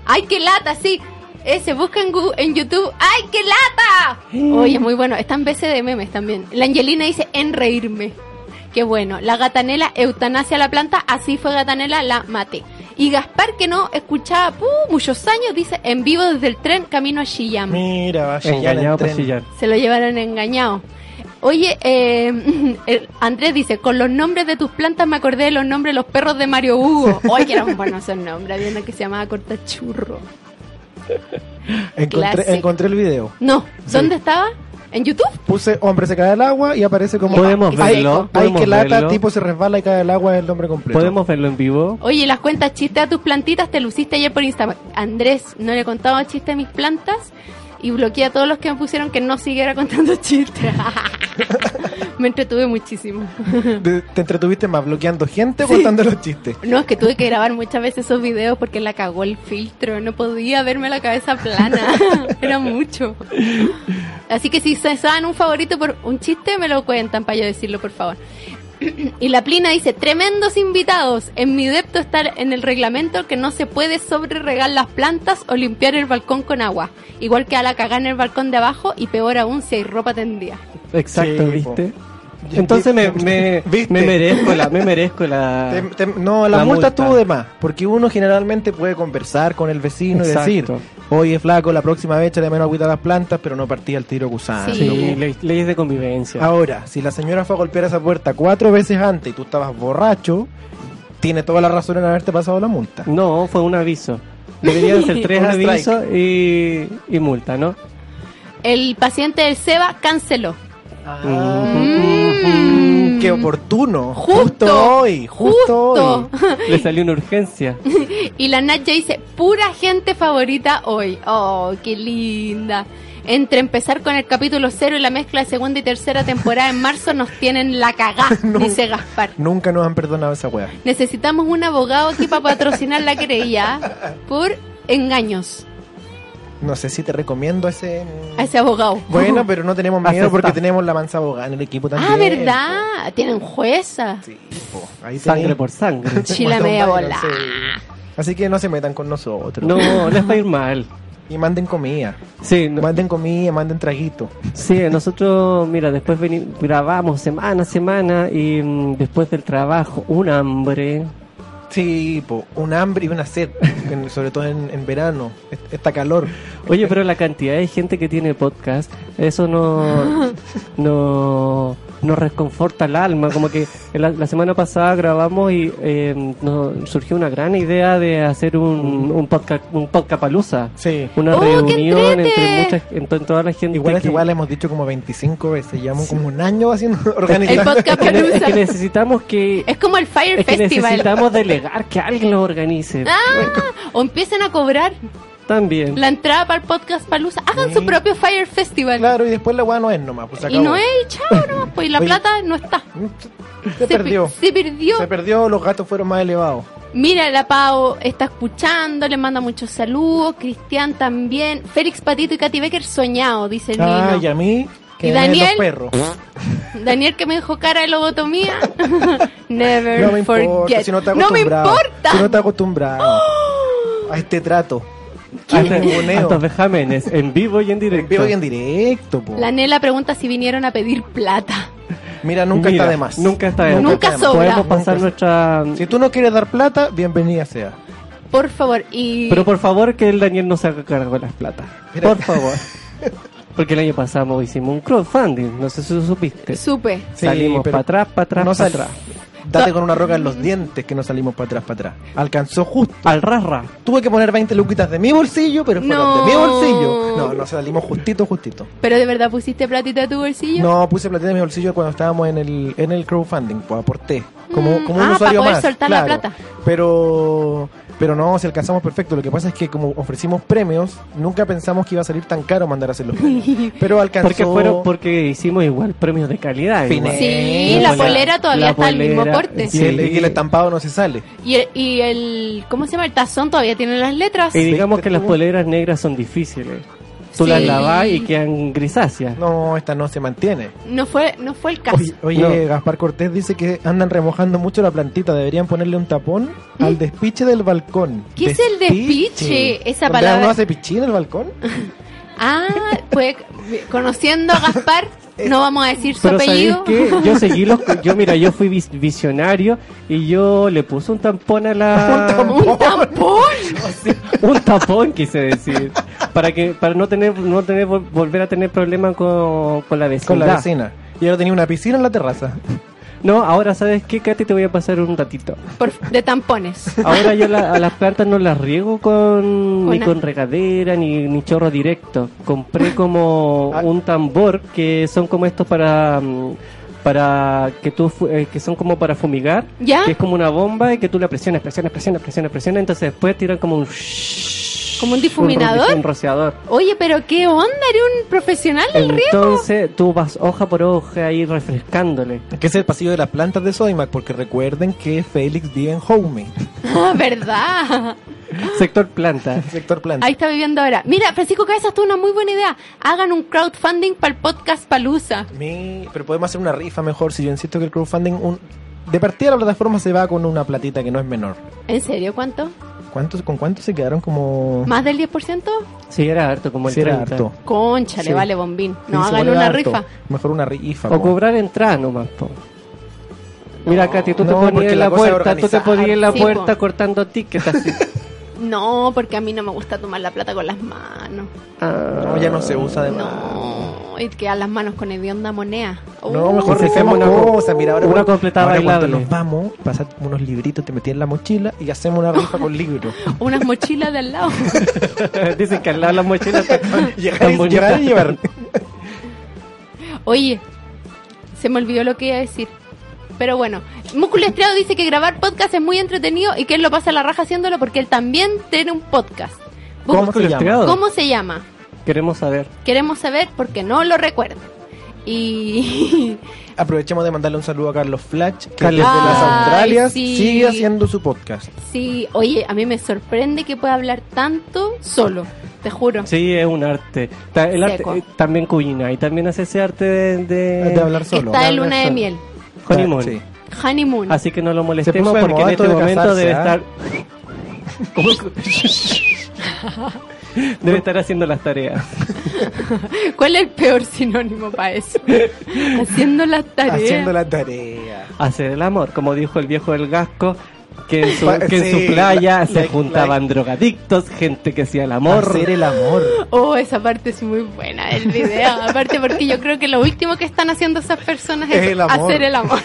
S2: ¡ay, qué lata! Sí, ese, busca en, Gu- en YouTube, ¡ay, qué
S1: Mm.
S2: lata! Oye, muy bueno, están veces de memes también. La Angelina dice, en reírme. Qué bueno. La gatanela, eutanasia a la planta, así fue gatanela, la maté. Y Gaspar, que no escuchaba ¡puh! muchos años, dice, en vivo desde el tren, camino a Chillán.
S1: Mira, va a chillar
S3: Engañado pues,
S1: en
S3: por
S1: tren.
S3: chillar.
S2: Se lo llevaron engañado. Oye, eh, (laughs) el Andrés dice, con los nombres de tus plantas me acordé de los nombres de los perros de Mario Hugo. Oye, que eran buenos esos nombres, había uno que se llamaba Cortachurro. Clásico.
S1: Encontré, encontré el video.
S2: No, ¿dónde estaba? ¿En YouTube?
S1: Puse hombre se cae al agua y aparece como.
S3: Podemos
S1: Ay,
S3: verlo,
S1: Ay,
S3: podemos
S1: que lata,
S3: verlo.
S1: tipo se resbala y cae al agua el nombre completo. (laughs)
S3: Podemos verlo en vivo.
S2: Oye, las cuentas chiste a tus plantitas te luciste ayer por Instagram. Andrés, no le contaba chiste a mis plantas. y bloqueé a todos los que me pusieron que no siguiera (laughs) contando chistes. me entretuve muchísimo.
S1: Te te entretuviste más bloqueando gente o contando los chistes.
S2: No, es que tuve que grabar muchas veces esos videos porque la cagó el filtro. No podía verme la cabeza plana. (laughs) Era mucho. Así que si se saben un favorito por un chiste, me lo cuentan para yo decirlo, por favor. (clears throat) Y la Plina dice, tremendos invitados. En mi depto está en el reglamento que no se puede sobre regar las plantas o limpiar el balcón con agua. Igual que a la cagada en el balcón de abajo y peor aún si hay ropa tendida.
S3: Exacto,
S1: Sí,
S3: ¿viste?
S1: po.
S3: Entonces me, me,
S1: (laughs) ¿Viste?
S3: me merezco la, me merezco la...
S1: Te- te- no, la,
S3: La
S1: multa,
S3: multa.
S1: estuvo de más, porque uno generalmente puede conversar con el vecino
S3: Exacto.
S1: y decir, oye flaco, la próxima vez échale menos agüita a las plantas, pero no partía el tiro gusano.
S3: Sí,
S2: Sí.
S3: le- leyes de convivencia.
S1: Ahora, si la señora fue a golpear esa puerta cuatro veces antes y tú estabas borracho, tiene toda la razón en haberte pasado la multa.
S3: No, fue un aviso. Deberían
S2: (laughs)
S3: ser tres
S1: Un strike.
S3: avisos y, y multa, ¿no?
S2: El paciente del SEBA canceló.
S3: Ah.
S1: Mm, ¡Qué oportuno! Justo,
S2: Justo.
S1: hoy, justo,
S2: Justo.
S1: hoy.
S3: Le salió una urgencia.
S2: Y la Nat ya dice, pura gente favorita hoy. Oh, qué linda. Entre empezar con el capítulo cero y la mezcla de segunda y tercera temporada en marzo nos tienen la
S3: (laughs)
S2: cagá, dice Gaspar.
S1: Nunca nos han perdonado esa weá.
S2: Necesitamos un abogado aquí para patrocinar la querella por engaños
S1: No sé si te recomiendo ese...
S2: a ese abogado.
S1: Bueno, pero no tenemos miedo
S3: Acepta.
S1: porque tenemos la mansa abogada en el equipo también.
S2: ah, ¿verdad? Tienen jueza.
S1: Sí, po. Ahí
S3: Sangre
S1: tenés. (laughs)
S3: por sangre.
S2: Chila
S1: Guatón
S2: media
S1: Byron,
S2: bola.
S1: sí. Así que no se metan con nosotros.
S3: No, les va a ir mal.
S1: Y manden comida.
S3: Sí, no-
S1: Manden comida, manden traguito.
S3: Sí, nosotros, mira, después veni- grabamos semana a semana y mm, después del trabajo, un hambre.
S1: Sí, po, un hambre y una sed. (laughs) en- sobre todo en, en verano. Est- Está calor.
S3: Oye, pero la cantidad de gente que tiene podcast, eso no,
S1: (laughs)
S3: no, nos reconforta el alma. Como que la, la semana pasada grabamos y eh, nos surgió una gran idea de hacer un, un podcast, un podcapalusa.
S1: Mm. Sí.
S3: Una
S2: ¡Oh, qué
S3: reunión entre
S2: entrete!
S3: muchas, entre toda la gente.
S1: Igual es
S3: que-
S1: igual, hemos dicho como 25 veces. Llevamos como un año haciendo (laughs)
S2: El
S1: organizando.
S2: podcast
S3: que ne- es que
S2: Palusa.
S3: necesitamos que,
S2: Es como el Fire
S3: es que
S2: Festival. Ah,
S3: necesitamos delegar que alguien lo organice.
S2: O empiecen a cobrar
S3: También.
S2: la entrada para el podcast Palusa. Hagan
S1: Sí.
S2: su propio Fire Festival.
S1: (laughs) Claro, y después la weá no es nomás. Pues, se
S2: y
S1: acabó.
S2: no es, y chao, nomás, pues y la
S1: Oye.
S2: plata no está.
S1: Se
S2: pi-
S1: perdió.
S2: Se perdió.
S1: Se perdió, los gastos fueron más elevados.
S2: Mira, la Pau está escuchando, le manda muchos saludos. Cristian también. Félix Patito y Katy Becker soñado, dice
S1: Ah,
S2: Nino.
S1: y a mí, que
S2: ¿Y
S1: me den
S2: Daniel?
S1: los perros.
S2: Daniel que me dijo cara de lobotomía. (laughs) Never
S1: No me
S2: forget.
S1: importa, si no te
S2: no me
S1: acostumbrado.
S2: importa.
S1: Si no te acostumbrado
S2: (gasps)
S1: a este trato. Al
S3: Altos
S1: ninguneo.
S3: vejámenes, en vivo y en directo.
S1: En vivo y en directo, po.
S2: La Nela pregunta si vinieron a pedir plata.
S1: Mira, nunca
S3: Mira,
S1: está de más.
S3: Nunca está de
S2: Nunca
S3: más.
S1: está de más.
S2: sobra.
S3: Podemos pasar
S1: Nunca.
S3: nuestra.
S1: Si tú no quieres dar plata, bienvenida sea.
S2: Por favor. Y
S3: Pero por favor, que el Daniel no se haga cargo de las platas.
S1: Mira.
S3: Por favor. (laughs) Porque el año pasado hicimos un crowdfunding, no sé si lo supiste.
S2: supe.
S1: Sí,
S3: Salimos
S1: pero
S3: para atrás, para atrás,
S1: no
S3: para
S1: sal-
S3: atrás.
S1: Date con una roca en los dientes que no salimos para atrás, para atrás. Alcanzó justo.
S3: Al rasra.
S1: Tuve que poner 20 luquitas de mi bolsillo, pero fueron
S2: No.
S1: de mi bolsillo. No, no salimos justito, justito.
S2: Pero de verdad pusiste platita a tu bolsillo.
S1: No, puse platita de mi bolsillo cuando estábamos en el, en el crowdfunding, pues aporté. Como,
S2: Mm,
S1: como un
S2: ah, pa'
S1: usuario
S2: poder
S1: más.
S2: soltar la
S1: claro.
S2: plata.
S1: Pero, pero no, si alcanzamos perfecto. Lo que pasa es que como ofrecimos premios, nunca pensamos que iba a salir tan caro mandar a hacer los premios. Pero alcanzó.
S3: Porque fueron, porque hicimos igual premios de calidad.
S1: Fines.
S3: igual.
S2: Sí,
S1: Eh,
S2: la
S1: la-
S2: polera todavía
S3: la
S2: está al mismo
S3: polera,
S2: porte.
S1: Y el, y el estampado no se sale.
S2: Y el, y el- ¿Cómo se llama? El tazón todavía tiene las letras.
S3: Y
S1: Eh.
S3: digamos que las
S1: tú-
S3: poleras negras son difíciles. Tú las
S2: Sí.
S3: lavas y quedan grisáceas.
S1: No, esta no se mantiene.
S2: No fue, no fue el caso.
S1: Oye, oye, Gaspar Cortés dice que andan remojando mucho la plantita. Deberían ponerle un tapón al despiche del balcón.
S2: ¿Eh? ¿Qué es el despiche? Esa
S1: ¿Donde
S2: palabra-
S1: ¿No hace pichín el balcón?
S2: Ah,
S1: (laughs)
S2: pues conociendo a Gaspar,
S1: Eh,
S2: no vamos a decir su
S3: Pero ¿sabéis
S2: apellido. (laughs)
S3: qué? Yo seguí los... Yo, mira, yo fui vis- visionario y yo le puse un tampón a la...
S1: (laughs) Un tampón.
S2: ¡Un tampón!
S3: (laughs) un tapón, quise decir. Para que para no tener no tener vol- volver a tener problemas con, con la vecindad.
S1: Con la vecina. Y ahora tenía una piscina en la terraza.
S3: No, ahora, ¿sabes qué, Katy? Te voy a pasar un ratito.
S2: Por- de tampones.
S3: Ahora
S2: (laughs)
S3: yo la- a las plantas no las riego con,
S2: Con
S3: ni
S2: a-
S3: con regadera ni, ni chorro directo. Compré como
S1: Ah.
S3: un tambor que son como estos para mm, para que tú fu- eh, que son como para fumigar,
S2: ¿Ya?
S3: que es como una bomba y que tú la presionas, presionas, presionas, presionas, presionas, entonces después tiran como un shhh,
S2: Como un
S3: Un, ro-
S2: difuminador.
S3: un roceador.
S2: Oye, pero qué onda, era un profesional del riego.
S3: Entonces tú vas hoja por hoja ahí
S2: (gasps)
S3: refrescándole.
S1: Que es el pasillo de las plantas de Soymac, porque recuerden que Félix vive en Home,
S2: Ah, ¿Verdad?
S3: Sector planta.
S1: sector planta.
S2: Ahí está viviendo ahora. Mira, Francisco Cabezas tuvo una muy buena idea. Hagan un crowdfunding para el podcast Palusa.
S1: Mi- pero podemos hacer una rifa mejor, si yo insisto que el crowdfunding, un- de partida la plataforma se va con una platita que no es menor.
S2: ¿En serio cuánto?
S1: ¿Cuántos, ¿Con cuántos se quedaron como...?
S2: ¿Más del 10%?
S3: Sí, era harto como el
S1: Sí, era
S3: 30.
S1: harto.
S2: Concha, le
S1: Sí.
S2: vale bombín. No,
S1: Sí, se
S2: hagan
S1: vuelve
S2: una
S1: harto.
S2: rifa.
S1: Mejor una rifa.
S3: O
S1: po.
S3: cobrar entrada nomás, po. Mira, Katy, tú
S1: No,
S3: te
S1: porque
S3: ponías en
S1: la
S3: la
S1: cosa es
S3: puerta, tú te
S1: organizar.
S3: ponías en la
S2: Sí, po.
S3: puerta cortando tickets así.
S2: (laughs) No, porque a mí no me gusta tomar la plata con las manos.
S3: Ah,
S1: No, ya no se usa además.
S2: No, y quedan las manos con hedionda moneda.
S1: No,
S2: Uh,
S1: mejor
S3: Sí,
S1: rifemos
S3: una
S1: una
S3: co-
S1: cosa. Mira, ahora,
S3: una
S1: cuando-
S3: completa
S1: ahora cuando
S3: bailable.
S1: nos vamos, pasas unos libritos, te metí en la mochila y hacemos una rifa
S2: (laughs)
S1: con libros.
S2: Unas mochilas de al
S1: (laughs)
S2: lado.
S3: (laughs) Dicen que al lado de las mochilas están-
S1: llegar, (laughs)
S3: están
S1: y, llegar
S3: bonitas.
S1: y llevar.
S2: Oye, se me olvidó lo que iba a decir. Pero bueno, Músculo Estriado dice que grabar podcast es muy entretenido y que él lo pasa la raja haciéndolo porque él también tiene un podcast. Bu-
S1: ¿Cómo se llama?
S2: ¿Cómo se llama?
S3: Queremos saber.
S2: Queremos saber porque no lo recuerdo. Y
S1: (laughs)
S2: (laughs)
S1: Aprovechemos de mandarle un saludo a Carlos Flash, que
S3: Carlos
S1: desde
S3: Flash.
S1: las Australias
S2: Ay, sí.
S1: sigue haciendo su podcast.
S2: sí, oye, a mí me sorprende que pueda hablar tanto solo, te juro.
S3: Sí, es un arte. Ta- el arte-
S2: Seco.
S3: eh, también Cuyina, y también hace ese arte de... de-
S1: De hablar solo.
S2: Está de
S3: Hablar
S2: luna de
S3: solo.
S2: miel,
S3: honeymoon.
S1: Sí.
S2: honeymoon.
S3: Así que no lo molestemos
S1: puso de
S3: porque en
S1: moda
S3: este
S1: esto de
S3: momento
S1: casarse,
S3: debe
S1: ¿ah?
S3: estar... ¿Cómo?
S1: (laughs)
S3: (laughs) debe estar haciendo las tareas.
S2: ¿Cuál es el peor sinónimo para
S3: (laughs)
S2: eso? Haciendo las tareas.
S1: Haciendo la tarea.
S3: Hacer el amor, como dijo el viejo del Gasco, que
S1: (laughs)
S3: en su,
S1: Pa-
S3: que en
S1: sí,
S3: su playa
S1: la-
S3: se
S1: la-
S3: juntaban drogadictos, gente que hacía el amor.
S1: Hacer el amor.
S2: Oh, esa parte es muy buena del video. Aparte porque yo creo que lo último que están haciendo esas personas es,
S1: Es el amor.
S2: hacer el amor.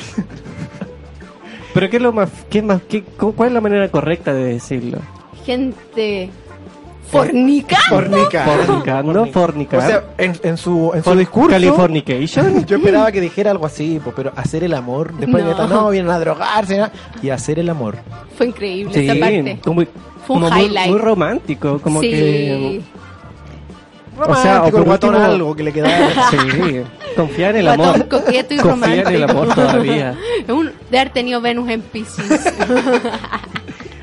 S3: Pero ¿qué es lo más, qué es más, qué- cu- cuál es la manera correcta de decirlo?
S2: Gente fornica.
S1: Fornica.
S3: Fornicando,
S1: O
S3: fornicar.
S1: sea, en, en su, en su
S3: For-
S1: discurso. (laughs)
S3: Californication.
S1: Yo esperaba que dijera algo así, po, pero hacer el amor. Después
S2: No.
S1: de esta, no, vienen a drogarse. ¿no? Y hacer el amor.
S2: Fue increíble
S3: Sí,
S2: esa parte.
S3: como, como
S2: un
S3: muy,
S2: highlight.
S3: muy romántico, como
S2: sí.
S3: que...
S1: O sea, o
S3: por
S1: por guatón
S3: último-
S1: algo que le quedaba. (laughs)
S3: Sí, confiar en el
S2: Guatón
S3: amor.
S2: coqueto y
S3: Confiar en el
S2: romántico.
S3: amor todavía.
S2: Es (laughs) un, de haber tenido Venus en Pisces.
S3: (laughs)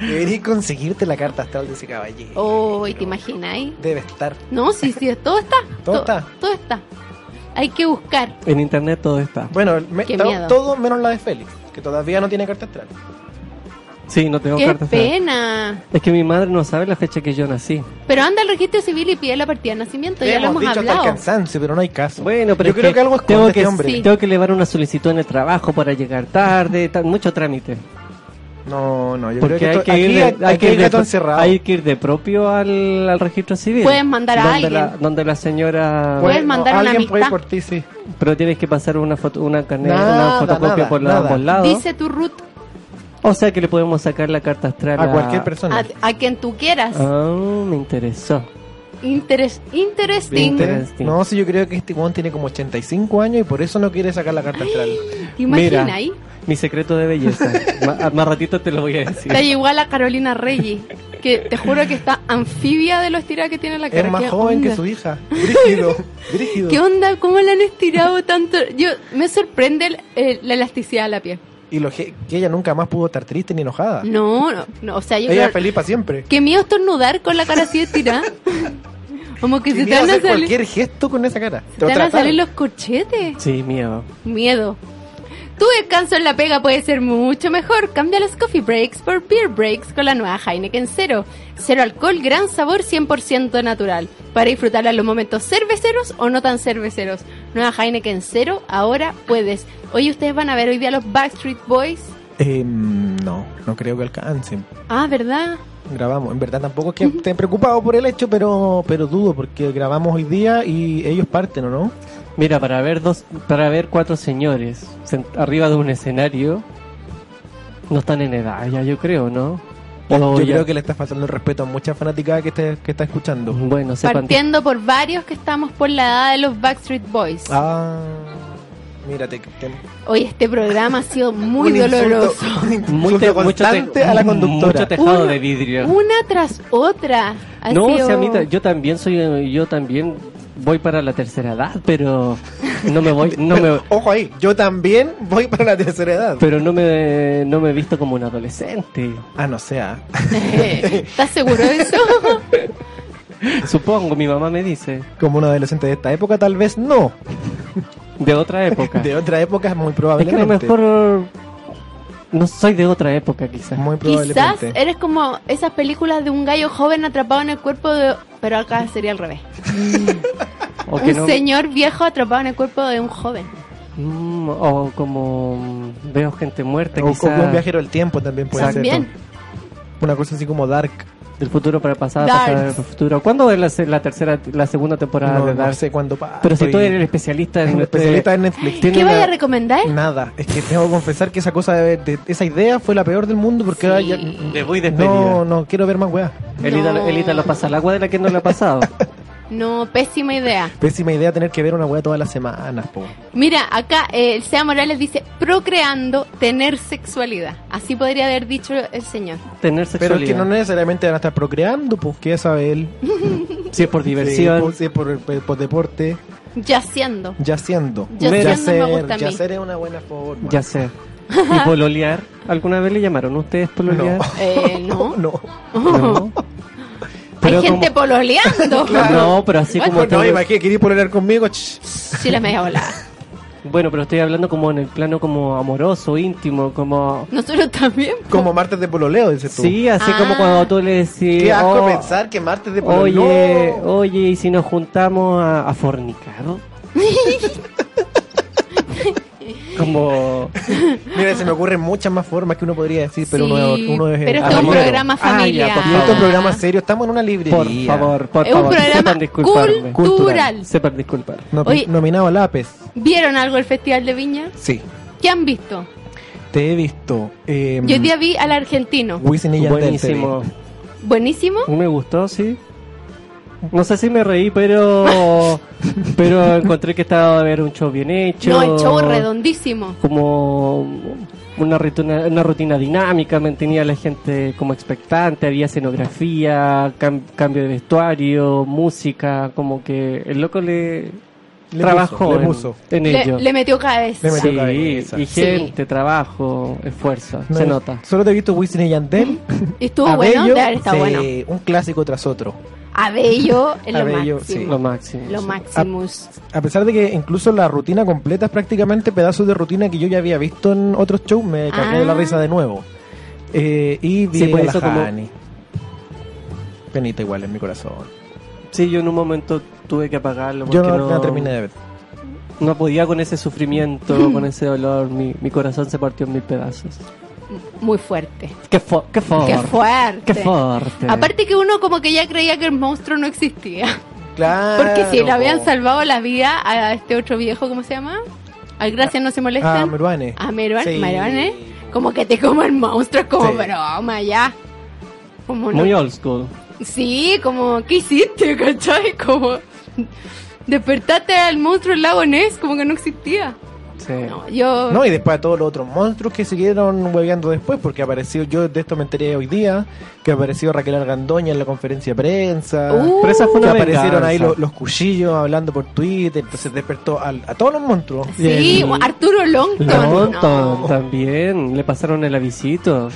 S1: Debería conseguirte la carta astral de ese caballero.
S2: Oh, ¿y te imagináis?
S1: Debe estar.
S2: No, sí, sí, todo está.
S1: Todo está.
S2: Todo está. Hay que buscar.
S3: En internet todo está.
S1: Bueno, me-
S2: Qué
S1: to-
S2: miedo.
S1: todo menos la de Félix, que todavía no tiene carta astral.
S3: Sí, no tengo
S2: Qué
S3: cartas.
S2: pena.
S3: Es que mi madre no sabe la fecha que yo nací.
S2: Pero anda al registro civil y pide la partida de nacimiento.
S1: Le
S2: ya lo hemos
S1: hemos dicho hasta el
S2: hablado.
S1: cansancio, pero no hay caso.
S3: Bueno, pero
S1: yo
S3: es
S1: creo que, algo esconde
S3: tengo
S1: este
S3: que,
S1: hombre.
S2: sí.
S3: Tengo que elevar una solicitud en el trabajo para llegar tarde, tal- mucho trámite.
S1: No, no, yo creo que,
S3: Porque hay
S1: esto-
S3: que, ir
S1: aquí
S3: de,
S1: hay, hay que ir
S3: de,
S1: gato encerrado.
S3: hay que ir de propio al, al registro civil.
S2: Puedes mandar a
S3: donde
S2: alguien.
S3: La, donde la señora...
S2: Puedes mandar una
S1: alguien puede ir
S2: amistad.
S1: por ti, sí.
S3: Pero tienes que pasar una foto, una carnet,
S1: Nada,
S3: una fotocopia
S1: nada,
S3: por los
S1: nada.
S3: ambos lados.
S2: Dice tu root
S3: O sea que le podemos sacar la carta astral
S1: A cualquier persona.
S2: a, a quien tú quieras.
S3: Ah, me interesó.
S2: Interes- interesting.
S3: Inter-
S1: Interesante. No, sí, yo creo que este weón tiene como 85 años y por eso no quiere sacar la carta astral.
S2: ¿Te imaginas
S3: Mira,
S2: ahí?
S3: Mi secreto
S2: (laughs)
S3: de belleza. Ma- más ratito te lo voy a decir.
S2: Está igual a Carolina Reyes, que te juro que está anfibia de lo estirada que tiene la cara.
S1: Es más
S2: ¿Qué
S1: joven que
S2: onda? (laughs)
S1: su hija. Brígido, brígido.
S2: ¿Qué onda? ¿Cómo la han estirado tanto? Yo Me sorprende el- el- la elasticidad de la piel.
S1: Y lo que, que ella nunca más pudo estar triste ni enojada.
S2: No, no, no, o sea, yo
S1: Ah. ella es
S2: creo-
S1: feliz para siempre.
S2: Qué miedo estornudar con la cara así estirada.
S1: (laughs)
S2: Como que se
S1: Sin
S2: te
S1: miedo a
S2: van a
S1: hacer
S2: salir,
S1: cualquier gesto con esa cara.
S2: se te van a
S1: Tratar.
S2: salir los corchetes.
S3: Sí, miedo.
S2: Miedo. Tu descanso en la pega puede ser mucho mejor. Cambia los coffee breaks por beer breaks con la nueva Heineken Cero. Cero alcohol, gran sabor, 100% natural. Para disfrutar a los momentos cerveceros o no tan cerveceros. Nueva Heineken Cero, ahora puedes. Hoy ustedes van a ver hoy día los Backstreet Boys.
S1: Eh, no, no creo que alcancen.
S2: Ah, ¿verdad?
S1: Grabamos. En verdad tampoco es que estén preocupados por el hecho, pero, pero dudo, porque grabamos hoy día y ellos parten, ¿o no?
S3: Mira, para ver dos, para ver cuatro señores sent- arriba de un escenario, no están en edad ya, yo creo, ¿no? O
S1: Yo
S3: ya-
S1: creo que le está faltando el respeto a muchas fanaticadas que, esté- que está escuchando.
S3: Bueno, sepan.
S2: Partiendo por varios que estamos por la edad de los Backstreet Boys.
S1: Ah. Mira, te, te-
S2: Hoy este programa ha sido
S3: (laughs)
S2: muy
S1: un insulto-
S2: doloroso.
S1: (laughs) un insulto
S3: Muy te- mucho te-
S1: constante a la
S3: Mucho
S1: conductora.
S3: tejado
S2: Uno-
S3: de vidrio.
S2: Una tras otra. Ha
S3: no,
S2: sido-
S3: o sea, a mí ta- yo también soy, yo también voy para la tercera edad, pero no me voy, no me,
S1: Ojo ahí, yo también voy para la tercera edad.
S3: pero no me, no me he visto como un adolescente.
S1: Ah, no sea.
S2: (laughs)
S1: (laughs)
S2: ¿Estás seguro de
S3: (laughs)
S2: eso?
S3: Supongo, mi mamá me dice,
S1: Como un adolescente de esta época, tal vez no.
S3: de otra época.
S1: (laughs) De otra época, muy
S3: es que a
S1: probablemente.
S3: lo mejor no soy de otra época, quizás.
S1: Muy
S2: Quizás
S1: probablemente.
S2: eres como esas películas de un gallo joven atrapado en el cuerpo de... Pero acá sería al revés.
S3: O que
S2: Un
S3: no-
S2: señor viejo atrapado en el cuerpo de un joven.
S3: Mm, o como mm, veo gente muerta,
S1: O como un
S3: quizás.
S1: viajero del tiempo también puede
S2: También.
S1: ser. Una cosa así como dark.
S3: Del futuro para el pasado,
S2: Dark.
S3: pasado para el futuro. ¿Cuándo es la, se- la tercera, la segunda temporada
S1: no,
S3: de
S1: no
S3: Dark?
S1: sé cuándo pasa.
S3: Pero si
S1: y-
S3: tú eres este el especialista en
S1: (laughs) El especialista en Netflix.
S3: Tiene
S2: ¿Qué
S3: una-
S2: vaya a recomendar?
S1: Nada, es que tengo que confesar que esa cosa de, de- esa idea fue la peor del mundo porque ahora ya-
S3: Le voy despedida.
S1: no, no quiero ver más weá.
S3: El Ita-
S2: No.
S3: el Ita lo pasa al agua de la que no le ha
S1: (laughs)
S3: pasado.
S2: No, pésima idea.
S1: Pésima idea tener que ver una weá todas las semanas, po.
S2: Mira, acá eh, el Sea Morales dice, procreando, tener sexualidad. Así podría haber dicho el señor.
S1: Pero
S3: Tener
S1: es que
S3: sexualidad.
S1: no necesariamente van a estar procreando, pues que ya sabe él.
S3: Si es por
S1: Sí,
S3: diversión.
S1: pues, sí, por, por- por deporte,
S2: Yaciendo.
S1: yaciendo.
S2: Yaciendo me gusta a mí.
S1: yacer es una buena forma.
S2: (laughs)
S3: Ya sé. ¿Y pololear? ¿Alguna vez le llamaron ustedes pololear?
S2: Eh, no.
S1: No,
S2: (laughs)
S3: (laughs) No.
S2: Hay gente
S3: como- (laughs)
S2: pololeando.
S3: No, pero así
S2: Bueno,
S3: como
S1: no,
S3: todo-
S1: imagínate, quería poner conmigo. Ch.
S2: Sí, la media volada.
S3: Bueno, pero estoy hablando como en el plano como amoroso, íntimo, como...
S2: Nosotros también.
S1: Como martes de pololeo, dices tú.
S3: Sí, así como
S2: Ah.
S3: cuando tú le decís...
S1: Qué asco
S3: "Oh,
S1: pensar que martes de pololeo.
S3: Oye, oh. oye, ¿y si nos juntamos a,
S2: (laughs)
S3: a fornicar? como...
S1: Mira, se me ocurren muchas más formas que uno podría decir, pero
S2: Sí,
S1: uno, es- uno es
S2: pero
S3: este es un
S1: amiguero.
S2: programa familiar.
S3: Ah, ya, por
S1: Y
S3: favor.
S1: otro programa serio, estamos en una
S3: Por
S1: librería.
S3: favor, por
S2: Es un
S3: favor,
S2: programa
S3: sepan disculparme.
S2: cultural.
S3: Sepan disculpar.
S1: No-
S2: Oye.
S1: Nominado a lápiz.
S2: ¿Vieron algo del Festival de Viña?
S1: Sí.
S2: ¿Qué han visto?
S1: Te he visto. Eh,
S2: Yo hoy día vi al argentino.
S1: Wisin y Yandel te vi.
S3: Buenísimo.
S2: Buenísimo.
S3: Me gustó, sí. No sé si me reí, pero pero encontré que estaba a ver un show bien hecho.
S2: No, el show redondísimo.
S3: Como una rutina, una rutina dinámica, mantenía a la gente como expectante, había escenografía, cam- cambio de vestuario, música, como que el loco le,
S1: Le
S3: trabajó
S1: puso, le
S3: en-
S1: puso.
S3: en, ello.
S2: Le, le metió cabeza.
S1: Le metió
S3: Sí,
S1: cabeza.
S3: y gente, trabajo, esfuerzo,
S1: No,
S3: se nota.
S1: Solo te he visto Wisin y Yandel.
S2: Y estuvo
S1: Abello,
S2: bueno, de haber estado
S1: sí,
S2: bueno.
S1: Un clásico tras otro.
S2: Abello es lo
S1: Abello,
S2: máximo.
S3: Lo máximo.
S2: Lo
S3: sí.
S2: maximus.
S1: A pesar de que incluso la rutina completa es prácticamente pedazos de rutina que yo ya había visto en otros shows, me cagué de la
S2: Ah.
S1: risa de nuevo. Eh, y vi
S3: Sí, pues
S1: a la
S3: eso como-
S1: Hani. Penita igual en mi corazón.
S3: Sí, yo en un momento tuve que apagarlo porque
S1: Yo no,
S3: no,
S1: la terminé de ver.
S3: no podía con ese sufrimiento, con ese dolor, mi, mi corazón se partió en mil pedazos.
S2: Muy fuerte.
S3: Qué, fo qué fuerte.
S2: Qué fuerte.
S3: Qué fuerte.
S2: Aparte que uno como que ya creía que el monstruo no existía.
S1: Claro.
S2: Porque si le habían salvado la vida a este otro viejo, ¿cómo se llama? Al Gracias no se molestan.
S1: Ah, Meruane.
S2: A Meruan,
S1: Sí.
S2: Meruan, ¿eh? Como que te como el monstruo, es como
S1: Sí.
S2: broma ya. Como no-
S3: Muy old school.
S2: Sí, como, ¿qué hiciste, cachai? Como, despertaste al monstruo del lago Ness, como que no existía.
S3: Sí.
S2: No, yo...
S1: No, y después a todos los otros monstruos que siguieron hueveando después, porque apareció, yo de esto me enteré hoy día, que apareció Raquel Argandoña en la conferencia de prensa.
S2: Uh,
S3: Pero esa fue
S1: que
S3: una
S1: aparecieron
S3: venganza.
S1: ahí los, los cuchillos hablando por Twitter, entonces despertó al- a todos los monstruos.
S2: Sí,
S3: el-
S2: Arturo Longton.
S3: Longton
S2: no.
S3: también, le pasaron el avisito.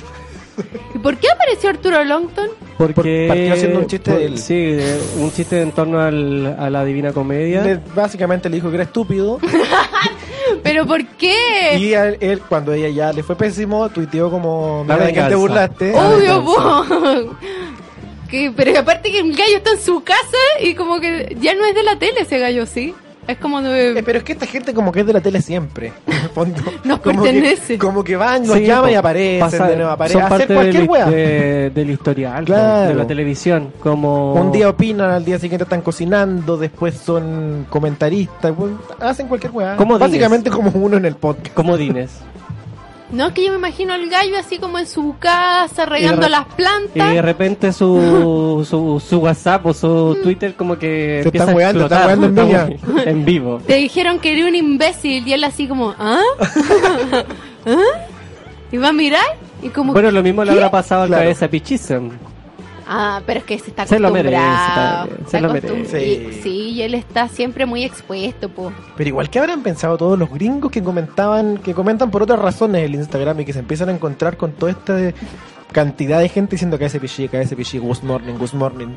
S2: ¿Y por qué apareció Arturo Longton?
S3: Porque
S1: partió haciendo un chiste
S3: por-
S1: del-
S3: Sí, de- un chiste en torno al, a la Divina Comedia.
S1: Le- básicamente le dijo que era estúpido
S2: ¿Pero por qué?
S1: y a él, él, cuando ella ya le fue pésimo, tuiteó como,
S3: La
S1: mira, ¿de quién te
S3: venganza.
S1: burlaste?
S3: Oh.
S2: Obvio,
S3: Longton,
S2: po. (laughs) Que- pero aparte que el gallo está en su casa y como que ya no es de la tele ese gallo, ¿sí? Es como
S1: Eh,
S2: de...
S1: Pero es que esta gente como que es de la tele siempre, (laughs) en el fondo.
S2: Nos
S1: como Que,
S2: pertenece.
S1: como que van, nos
S3: Sí,
S1: llaman
S3: pues,
S1: y aparecen,
S3: pasa-
S1: de nuevo aparecen,
S3: son
S1: hacer
S3: parte
S1: cualquier
S3: del,
S1: weá.
S3: de- del historial,
S1: Claro.
S3: de la televisión, como
S1: Un día opinan, al día siguiente están cocinando, después son comentaristas, pues, hacen cualquier weá.
S3: ¿Cómo
S2: (laughs)
S3: dices?
S1: Básicamente como uno en el podcast.
S3: comodines.
S2: No es que yo me imagino al gallo así como en su casa regando
S3: Y de re-
S2: las
S3: Y de
S2: plantas.
S3: repente su, su, su WhatsApp o su
S2: Mm.
S3: Twitter como que
S1: Te
S3: empieza
S1: están
S3: a
S1: weando, te
S3: explotar
S1: están weando en
S3: está we- (laughs) en vivo.
S2: Te dijeron que eres un imbécil y él así como,
S3: (laughs)
S2: ¿ah? (laughs) ¿Ah? Y va a mirar y como,
S3: Bueno, lo mismo le
S2: ¿Qué?
S3: habrá pasado
S1: Claro.
S3: a em. cabeza Pichisen.
S2: ah, pero es que se está
S3: Se lo merece,
S2: acostumbrado.
S3: está-
S2: está
S3: se lo
S2: acostum-
S1: merece.
S2: y-
S1: Sí.
S2: Sí. y él está siempre muy expuesto, po.
S1: Pero igual que habrán pensado todos los gringos que comentaban, que comentan por otras razones el Instagram y que se empiezan a encontrar con toda esta de- cantidad de gente diciendo que ese pichí, que ese pichí, good morning, good morning,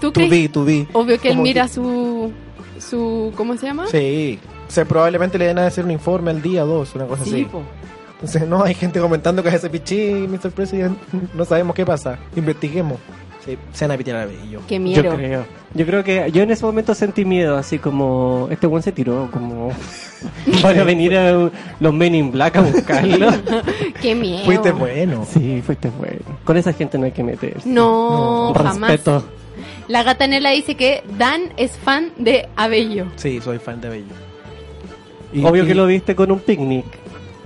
S2: ¿Tú
S1: to
S2: crees?
S1: be, to be.
S2: Obvio que él
S1: Como
S2: mira su, su, ¿cómo se llama?
S1: Sí. O sea, probablemente le den a hacer un informe al día dos, una cosa así.
S2: po.
S1: Entonces, no, hay gente comentando que es ese pichí, Mr. President. (laughs) No sabemos qué pasa. Investiguemos. Sí, se van a pitear a Bello.
S2: Qué
S3: Yo
S2: miedo.
S3: creo. Yo creo que yo en ese momento sentí miedo, así como este buen se tiró,
S1: (laughs)
S3: como van a venir a los Men in Black
S1: (laughs)
S3: a buscarlo.
S2: Qué miedo.
S1: Fuiste bueno.
S3: sí,
S1: este
S3: fuiste bueno. Con esa gente no hay que meterse.
S2: No, jamás.
S3: Respeto.
S2: La gatanela dice que Dan es fan de Abello.
S1: Sí, soy fan de Bello.
S3: Obvio que lo
S1: vi.
S3: viste con un picnic.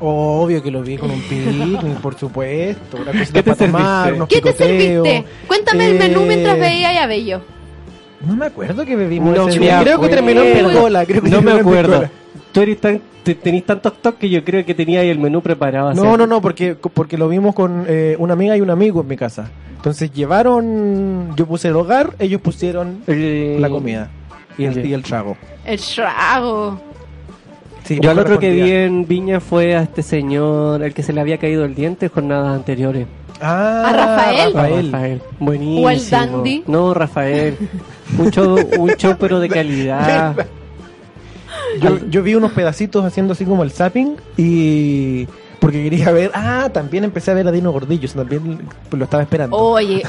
S1: Obvio que lo vi con un picnic, por supuesto. Una cosita
S3: ¿Qué te
S1: para tomar,
S3: serviste?
S1: unos
S2: ¿Qué te
S1: picoteos.
S2: serviste? Cuéntame el menú
S1: Eh,
S2: mientras veía a Abello.
S1: No me acuerdo que bebimos
S3: No
S1: ese
S3: me
S1: día. Creo que
S3: acuerdo.
S1: terminó en Percola. Creo que
S3: no me
S1: terminó en
S3: acuerdo.
S1: Percola.
S3: Tú eres tan, te- tenés tantos toques que yo creo que tenías el menú preparado. así.
S1: No, no, no, porque, porque lo vimos con eh, una amiga y un amigo en mi casa. Entonces llevaron, yo puse el hogar, ellos pusieron
S3: Eh,
S1: la comida y el,
S3: Ya.
S1: y el trago.
S2: El trago.
S1: Sí,
S3: Yo
S1: pues
S3: al otro que vi
S1: correspondía.
S3: en Viña fue a este señor, el que se le había caído el diente jornadas anteriores.
S1: Ah,
S2: ¿A Rafael?
S3: Buenísimo.
S2: ¿O el dandy?
S3: No, Rafael. Un show, un show pero de calidad.
S2: (laughs)
S1: Yo, yo vi unos pedacitos haciendo así como el zapping y... Porque quería ver... Ah, también empecé a ver a Dino Gordillo, eso también lo estaba esperando. (laughs)
S2: Oye,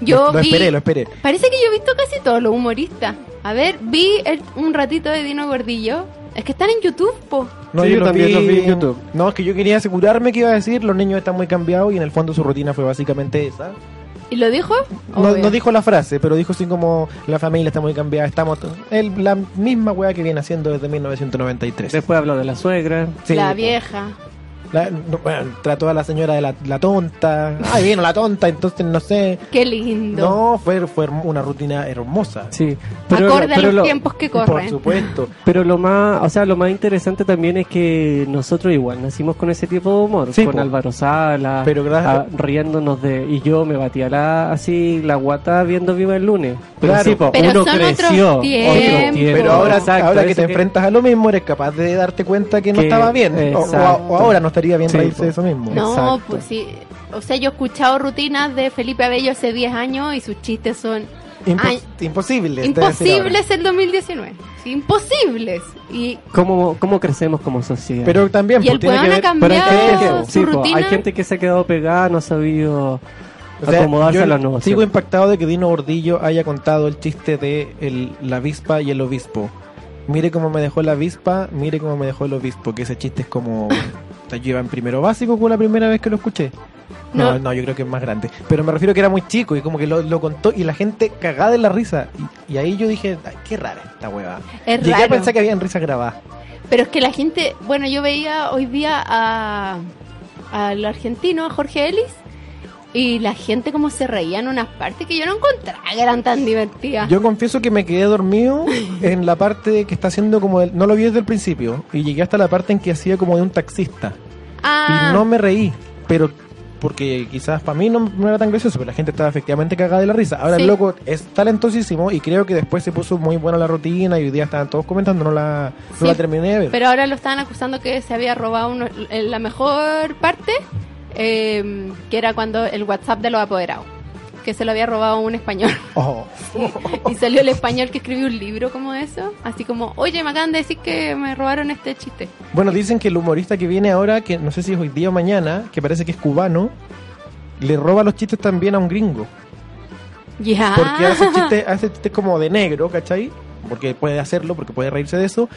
S2: Oh, yo
S1: lo, lo
S2: vi.
S1: esperé, lo esperé.
S2: Parece que yo he visto casi todos los humoristas. A ver, vi el- un ratito de Dino Gordillo. Es que están en YouTube, po.
S3: Sí, yo
S1: los
S3: también los vi en YouTube.
S1: No, es que yo quería asegurarme que iba a decir, los niños están muy cambiados y en el fondo su rutina fue básicamente esa.
S2: ¿Y lo dijo?
S1: No,
S2: Obvio.
S1: no dijo la frase, pero dijo así como la familia está muy cambiada, estamos to- el- la misma weá que viene haciendo desde 1993.
S3: Después habló de la suegra.
S1: Sí,
S2: La
S1: po.
S2: vieja.
S1: La- no, bueno, trató a la señora de la, la tonta. Ay, vino la tonta, entonces no sé.
S2: Qué lindo.
S1: No, fue, fue una rutina hermosa.
S3: Sí.
S2: Acorde a
S3: pero
S2: los
S3: lo-
S2: tiempos que
S1: por
S2: corren. (laughs)
S1: supuesto.
S3: Pero lo más, o sea, lo más interesante también es que nosotros igual nacimos con ese tipo de humor,
S1: Sí,
S3: con
S1: po.
S3: Álvaro Sala,
S1: Pero gracias-
S3: a- riéndonos de y yo me batía la así la guata viendo Viva el lunes. Pero
S1: Claro.
S3: sí, po,
S2: Pero
S3: uno
S2: son otros
S3: creció, otro
S2: tiempos.
S3: tiempo.
S1: Pero ahora,
S3: Exacto,
S1: ahora que
S3: eso
S1: te enfrentas a lo mismo, eres capaz de darte cuenta que no
S3: Que-
S1: estaba bien. O, o-
S3: exacto.
S1: o ahora no estaría bien
S3: Sí,
S1: reírse
S3: po.
S1: de eso mismo.
S2: No,
S3: Exacto.
S2: pues sí. O sea, yo he escuchado rutinas de Felipe Abello hace 10 años y sus chistes son
S1: Impos-
S2: Ay,
S1: imposible. te voy a decir ahora.
S2: imposibles el 2019. Sí, imposibles. Y
S3: ¿Cómo, cómo crecemos como sociedad?
S1: Pero también,
S2: Y
S1: pues,
S2: el
S1: tiene
S2: weón
S1: que
S2: ha
S1: ver-
S3: Pero hay gente,
S2: cambiado
S3: que,
S2: su
S3: sí, po, hay
S2: rutina.
S3: gente que se ha quedado pegada, no ha sabido
S1: O sea,
S3: acomodarse
S1: yo
S3: a la nueva.
S1: Sigo impactado de que Dino Gordillo haya contado el chiste de el- la avispa y el obispo. Mire cómo me dejó la avispa, mire cómo me dejó el obispo. Que ese chiste es como. (laughs) o sea, Yo iba en primero básico con la primera vez que lo escuché. No, no,
S2: No.
S1: yo creo que es más grande. Pero me refiero que era muy chico y como que lo, lo contó y la gente cagada de la risa. Y, y ahí yo dije, "Ay, qué rara esta hueva.
S2: es
S1: Llegué a
S2: raro.
S1: pensar que habían risas grabadas.
S2: Pero es que la gente, bueno, yo veía hoy día a al argentino, a Jorge Ellis, y la gente como se reía en unas partes que yo no encontraba que eran tan divertidas.
S1: Yo confieso que me
S2: (laughs)
S1: quedé dormido en la parte que está haciendo como. el- no lo vi desde el principio. Y llegué hasta la parte en que hacía como de un taxista.
S2: ah,
S1: y no me reí, pero porque quizás para mí no, no era tan gracioso, pero la gente estaba efectivamente cagada de la risa. Ahora
S2: Sí.
S1: el loco es talentosísimo y creo que después se puso muy buena la rutina y hoy día estaban todos comentando, no la, no
S2: Sí,
S1: la terminé de ver.
S2: pero ahora lo estaban acusando que se había robado uno- en la mejor parte, eh, que era cuando el WhatsApp de los apoderados, que se lo había robado un español.
S1: Oh,
S2: Y salió el español que escribió un libro como eso, así como, oye, me acaban de decir que me robaron este chiste.
S1: Bueno, dicen que el humorista que viene ahora, que no sé si es hoy día o mañana, que parece que es cubano, le roba los chistes también a un gringo.
S2: Ya.
S1: Porque hace chistes hace chistes como de negro, ¿cachai? Porque puede hacerlo, porque puede reírse de eso.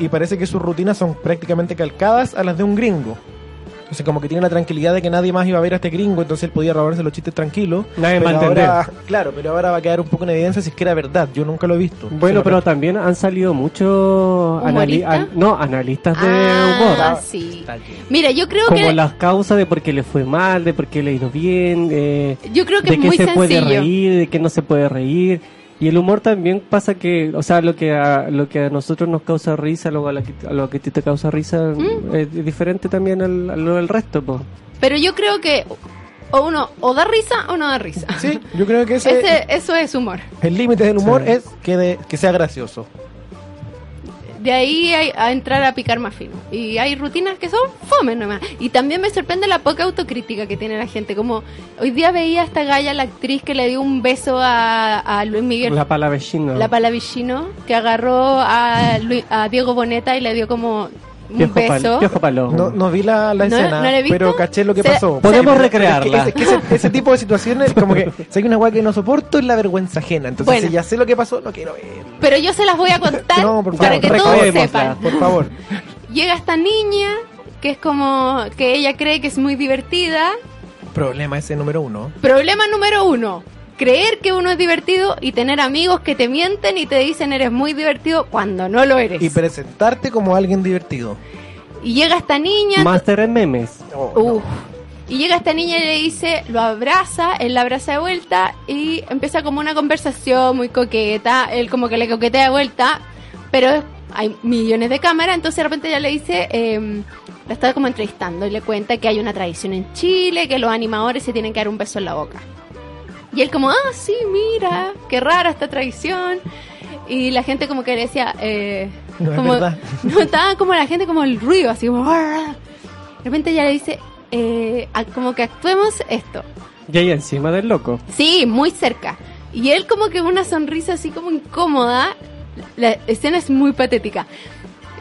S1: Y parece que sus rutinas son prácticamente calcadas a las de un gringo. O sea, como que tiene la tranquilidad de que nadie más iba a ver a este gringo, entonces él podía robarse los chistes tranquilos.
S3: Nadie
S1: pero
S3: va a entender.
S1: ahora- claro, pero ahora va a quedar un poco en evidencia si es que era verdad. Yo nunca lo he visto.
S3: Bueno,
S1: Sí,
S3: pero
S1: ahora-
S3: también han salido muchos anali-
S2: ¿Humorista?
S3: an- no, analistas de
S2: Ah,
S3: humor.
S2: sí. Mira, yo creo
S3: Como
S2: que
S3: las causas de por qué le fue mal, de por qué le ha ido bien, eh,
S2: yo creo que
S3: de
S2: es
S3: qué
S2: muy
S3: se puede
S2: sencillo.
S3: reír, de qué no se puede reír. Y el humor también pasa que, o sea, lo que a, lo que a nosotros nos causa risa, luego a, la que- a lo que a ti te causa risa,
S2: ¿Mm?
S3: es diferente también al, a lo del resto. po.
S2: Pero yo creo que o uno o da risa o no da risa.
S1: Sí, yo creo que ese,
S2: Ese, eso es humor.
S1: el límite del humor
S3: Sí.
S1: es que, de- que sea gracioso.
S2: De ahí hay- a entrar a picar más fino. Y hay rutinas que son fome nomás. Y también me sorprende la poca autocrítica que tiene la gente. Como hoy día veía a esta galla, la actriz que le dio un beso a, a Luis Miguel.
S3: La palavecina.
S2: La Palavicino, que agarró a, Lu- a Diego Boneta y le dio como un
S3: Piojo pal-
S2: beso.
S3: piojo palomo.
S1: No, no vi la, la
S2: ¿No-
S1: escena,
S2: no la he visto?
S1: pero caché lo que
S2: Se-
S1: pasó.
S3: Podemos
S1: Pero-
S3: recrearla.
S1: pero es que- es que ese, ese tipo de situaciones,
S2: (laughs)
S1: como que si hay una weá que no soporto, es la vergüenza ajena. Entonces,
S2: Bueno.
S1: si ya sé lo que pasó, no quiero ver.
S2: Pero yo se las voy a contar
S1: No, por
S2: para
S1: favor,
S2: que todos
S3: recordémosla.
S2: sepan.
S1: Por favor.
S2: Llega esta niña, que es como que ella cree que es muy divertida.
S1: Problema ese número uno.
S2: Problema número uno. Creer que uno es divertido y tener amigos que te mienten y te dicen eres muy divertido cuando no lo eres.
S1: Y
S2: Y,
S1: presentarte como alguien divertido.
S2: llega esta niña,
S3: Master en memes.
S1: Oh, no.
S2: Uf. Y llega esta niña y le dice, lo abraza, él la abraza de vuelta y empieza como una conversación muy coqueta, él como que le coquetea de vuelta, pero es- hay millones de cámaras, entonces de repente ella le dice, eh, la está como entrevistando y le cuenta que hay una tradición en Chile, que los animadores se tienen que dar un beso en la boca. Y él como, ah, sí, mira, qué rara esta tradición. Y la gente como que le decía, eh,
S1: No es
S2: como,
S1: verdad.
S2: (laughs) no, estaba como la gente como el ruido, así como... "Arr". De repente ella le dice, eh, a- como que actuemos esto.
S3: Y ahí encima del loco.
S2: Sí, muy cerca. Y él como que una sonrisa así como incómoda. La escena es muy patética.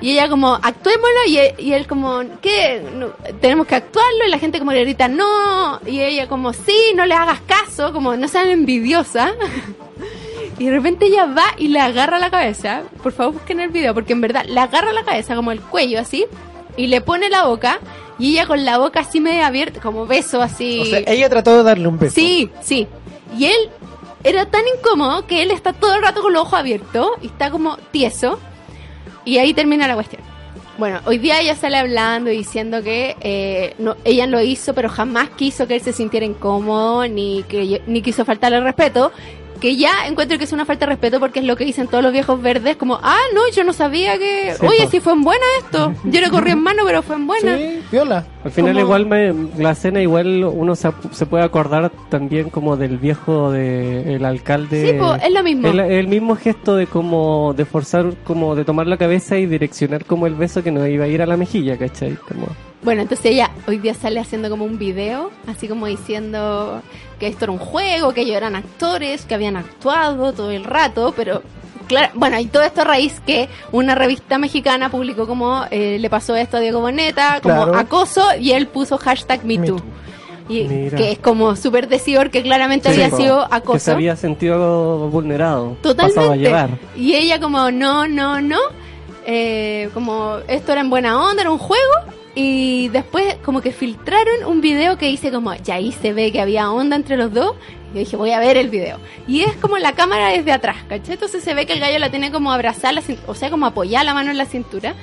S2: Y ella como, actuémoslo. Y él, y él como, ¿qué? No, tenemos que actuarlo. Y la gente como le grita, no. Y ella como, sí, no le hagas caso. Como, no sean envidiosa. (laughs) Y de repente ella va y le agarra la cabeza. Por favor, busquen el video. Porque en verdad, le agarra la cabeza como el cuello así. Y le pone la boca. Y ella con la boca así medio abierta, como beso así.
S1: O sea, ella trató de darle un beso.
S2: Sí, sí. Y él era tan incómodo que él está todo el rato con los ojos abiertos y está como tieso. Y ahí termina la cuestión. Bueno, hoy día ella sale hablando y diciendo que eh, no, ella lo hizo, pero jamás quiso que él se sintiera incómodo ni que yo- ni quiso faltarle el respeto. Que ya encuentro que es una falta de respeto porque es lo que dicen todos los viejos verdes, como, ah, no, yo no sabía que.
S3: Sí,
S2: Oye,
S3: po.
S2: sí fue en buena esto. Yo le corrí en mano, pero fue en buena.
S1: Sí, viola.
S3: Al final
S2: Como-
S3: igual me, la escena igual uno se, se puede acordar también como del viejo de el alcalde.
S2: Sí, po, es lo mismo.
S3: El, el mismo gesto de como de forzar, como de tomar la cabeza y direccionar como el beso que no iba a ir a la mejilla, ¿cachai? Como,
S2: Bueno, entonces ella hoy día sale haciendo como un video, así como diciendo que esto era un juego, que ellos eran actores, que habían actuado todo el rato, pero claro, bueno, y todo esto a raíz que una revista mexicana publicó como eh, le pasó esto a Diego Boneta, como
S1: Claro.
S2: acoso, y él puso hashtag MeToo.
S1: Me too.
S2: Y
S3: Mira.
S2: que es como súper decidor que claramente
S3: Sí,
S2: había
S3: po,
S2: sido
S3: que se
S2: acoso.
S3: había sentido vulnerado, pasado a
S2: Totalmente.
S3: llevar.
S2: Y ella como, no, no, no. Eh, como esto era en buena onda, era un juego. Y después como que filtraron un video que dice como, ya ahí se ve que había onda entre los dos. Y yo dije, voy a ver el video. Y es como la cámara desde atrás, ¿cachai? Entonces se ve que el gallo la tiene como abrazar, la cin- o sea, como apoyar la mano en la cintura.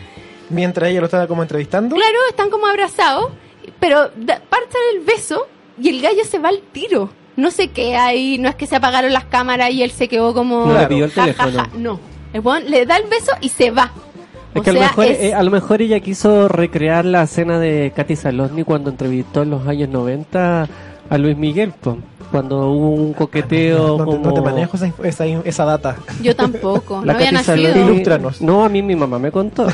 S1: Mientras ella lo estaba como entrevistando.
S2: Claro, están como abrazados, pero da- parten el beso y el gallo se va al tiro. No sé qué ahí, no es que se apagaron las cámaras y él se quedó como...
S3: No le pidió el
S2: Ja, ja, ja.
S3: teléfono.
S2: No, el weón le da el beso y se va.
S3: Es
S2: O
S3: que a lo,
S2: sea,
S3: mejor,
S2: es-
S3: eh, a lo mejor ella quiso recrear la escena de Katy Salosny cuando entrevistó en los años 90 a Luis Miguel, po, cuando hubo un coqueteo
S1: No, te-
S3: como...
S1: no te manejo esa, esa, esa data.
S2: yo tampoco, no
S3: (laughs) La
S2: había
S3: Katy
S2: nacido.
S3: Saloni-
S1: Ilústranos.
S3: No, a mí mi mamá me contó.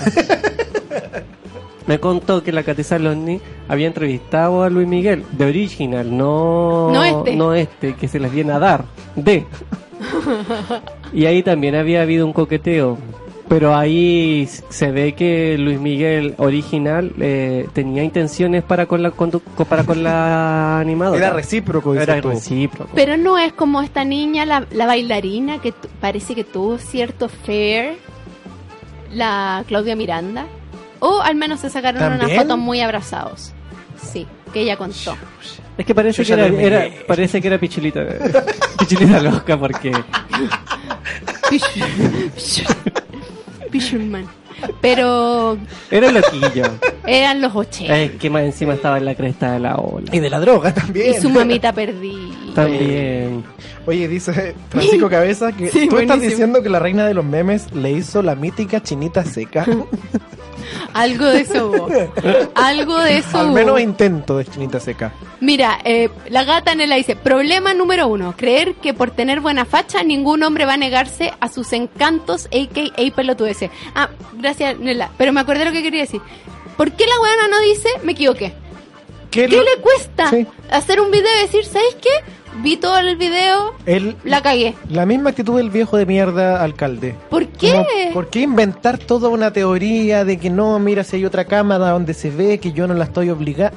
S3: me contó que la Katy Saloni había entrevistado a Luis Miguel, de original, no,
S2: No este.
S3: no este, que se les viene a dar, de. y ahí también había habido un coqueteo. Pero ahí se ve que Luis Miguel original eh, tenía intenciones para con la condu- co- para con la animadora.
S1: Era recíproco, dices
S3: Era
S1: tú.
S3: recíproco.
S2: Pero no es como esta niña, la, la bailarina, que tu- parece que tuvo cierto fair, la Claudia Miranda. O al menos se sacaron una
S1: ¿También?
S2: foto muy abrazados. Sí, que ella contó.
S3: Es que
S1: Yo
S3: parece que
S1: ya
S3: era,
S1: lo olvidé.
S3: era- parece que era (laughs) pichilita. pichilita loca porque
S2: Fisherman. Pero
S3: era loquillo.
S2: eran los 80
S1: Eh,
S3: Es que más encima estaba en la cresta de la ola.
S1: Y de la droga también.
S2: y su mamita perdí.
S3: También.
S1: Oye, dice (laughs) Francisco Cabeza que
S2: Sí,
S1: tú estás
S2: buenísimo.
S1: diciendo que la reina de los memes le hizo la mítica
S2: (laughs)
S1: chinita seca. (laughs)
S2: Algo de eso hubo. Algo de eso
S1: Al
S2: hubo.
S1: menos intento de chinita seca.
S2: Mira, eh, la gata Nela dice, problema número uno, creer que por tener buena facha ningún hombre va a negarse a sus encantos, a.k.a. pelotudeces. Ah, gracias Nela, pero me acordé lo que quería decir. ¿Por qué la weana no dice, me equivoqué?
S1: ¿Qué
S2: ¿Qué
S1: lo-
S2: le cuesta
S1: Sí.
S2: hacer un video y decir, ¿sabes qué? Vi todo el video,
S1: El- la...
S2: la cagué.
S1: misma actitud del viejo de mierda alcalde.
S2: ¿Por qué?
S1: Como, ¿Por qué inventar toda una teoría de que no, mira si hay otra cámara donde se ve que yo no la estoy obligada?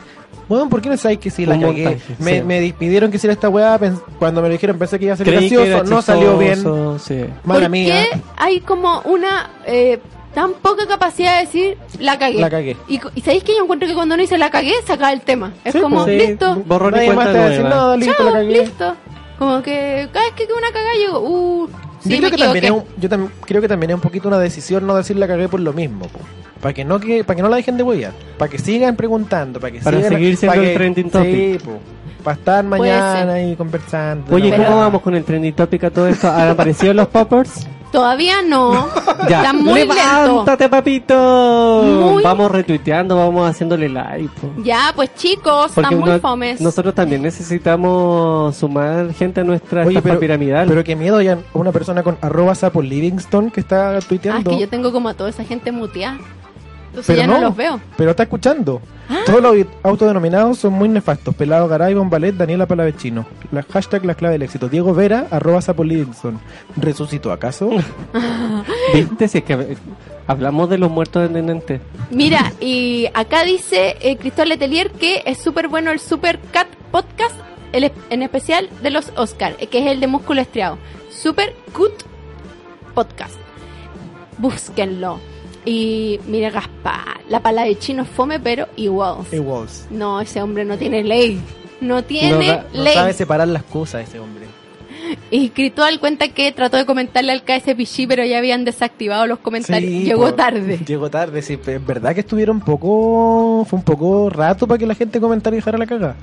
S1: Bueno, ¿por qué no sabéis que si la
S3: Un
S1: cagué?
S3: montaje,
S1: me,
S3: sí.
S1: me despidieron que hiciera esta weá, pens- cuando me lo dijeron pensé que iba a ser
S3: Creí que
S1: gracioso,
S3: era
S1: no salió bien,
S3: chistoso, sí.
S1: mala
S2: ¿Por
S1: mía.
S2: qué hay como una eh, tan poca capacidad de decir la cagué?
S1: La cagué.
S2: Y, cu- y sabéis que yo encuentro que cuando uno dice la cagué, se acaba el tema. Es
S1: Sí,
S2: como,
S3: pues, sí.
S2: listo,
S3: Borrón y
S1: Nadie más
S3: cuenta
S1: te va a decir,
S3: nueva.
S1: no, listo,
S2: chao,
S1: la cagué.
S2: listo. Como que cada vez que veo una cagada, yo digo, uh, sí,
S1: yo
S2: me
S1: creo que también es
S2: equivoqué.
S1: un- yo tam- creo que también es un poquito una decisión no decir la cagué por lo mismo, para que no que para que no la dejen de huella, para que sigan preguntando, para que
S3: Para
S1: sigan
S3: seguir siendo
S1: pa'
S3: el
S1: que-
S3: trending topic.
S1: Sí, para estar
S2: Puede
S1: mañana ahí conversando.
S3: Oye,
S1: ¿no?
S2: Pero-
S3: ¿cómo vamos con el trending topic a todo esto? ¿Han aparecido
S2: (laughs)
S3: los poppers?
S2: Todavía
S1: (laughs)
S2: no.
S3: Ya.
S2: Está muy lento.
S3: ¡Levántate, papito!
S2: Muy-
S3: Vamos retuiteando, vamos haciéndole like. po.
S2: Ya, pues chicos, están muy
S3: no-
S2: fomes. Ah,
S3: nosotros también necesitamos sumar gente a nuestra
S1: Oye,
S3: estafa
S1: pero,
S3: piramidal.
S1: pero qué miedo ya una persona con arroba sapo Livingston que está
S2: Ah, es
S1: tuiteando.
S2: que yo tengo como a toda esa gente muteada. Entonces ya
S1: Pero
S2: no.
S1: no.
S2: los veo. Ah.
S1: Pero está escuchando. Todos los autodenominados son muy nefastos. Pelado Garay, Bombalet, Daniela Palavechino. La hashtag la clave del éxito. Diego Vera, arroba sapo Livingston. ¿Resucitó
S3: (laughs)
S1: acaso?
S3: ¿Viste? Si es que eh, hablamos de los muertos de Nente.
S2: Mira, y acá dice eh, Cristóbal Letelier que es súper bueno el Super Cat Podcast, el es- en especial de los Oscar, eh, que es el de Músculo Estriado. Super Cut Podcast. Búsquenlo. Y mira, Gaspar, la palabra de chino es fome, pero igual.
S1: It was.
S2: No, ese hombre no tiene ley. No
S3: No
S2: tiene
S3: da-
S1: No
S2: ley.
S1: sabe separar las cosas ese hombre.
S2: Y Cristóbal cuenta que trató de comentarle al KSPG, pero ya habían desactivado los comentarios.
S1: Sí,
S2: Llegó
S1: por-
S2: tarde.
S1: (laughs) Llegó tarde, sí. pero Es verdad que estuvieron poco... Fue un poco rato para que la gente comentara y dejara la caga.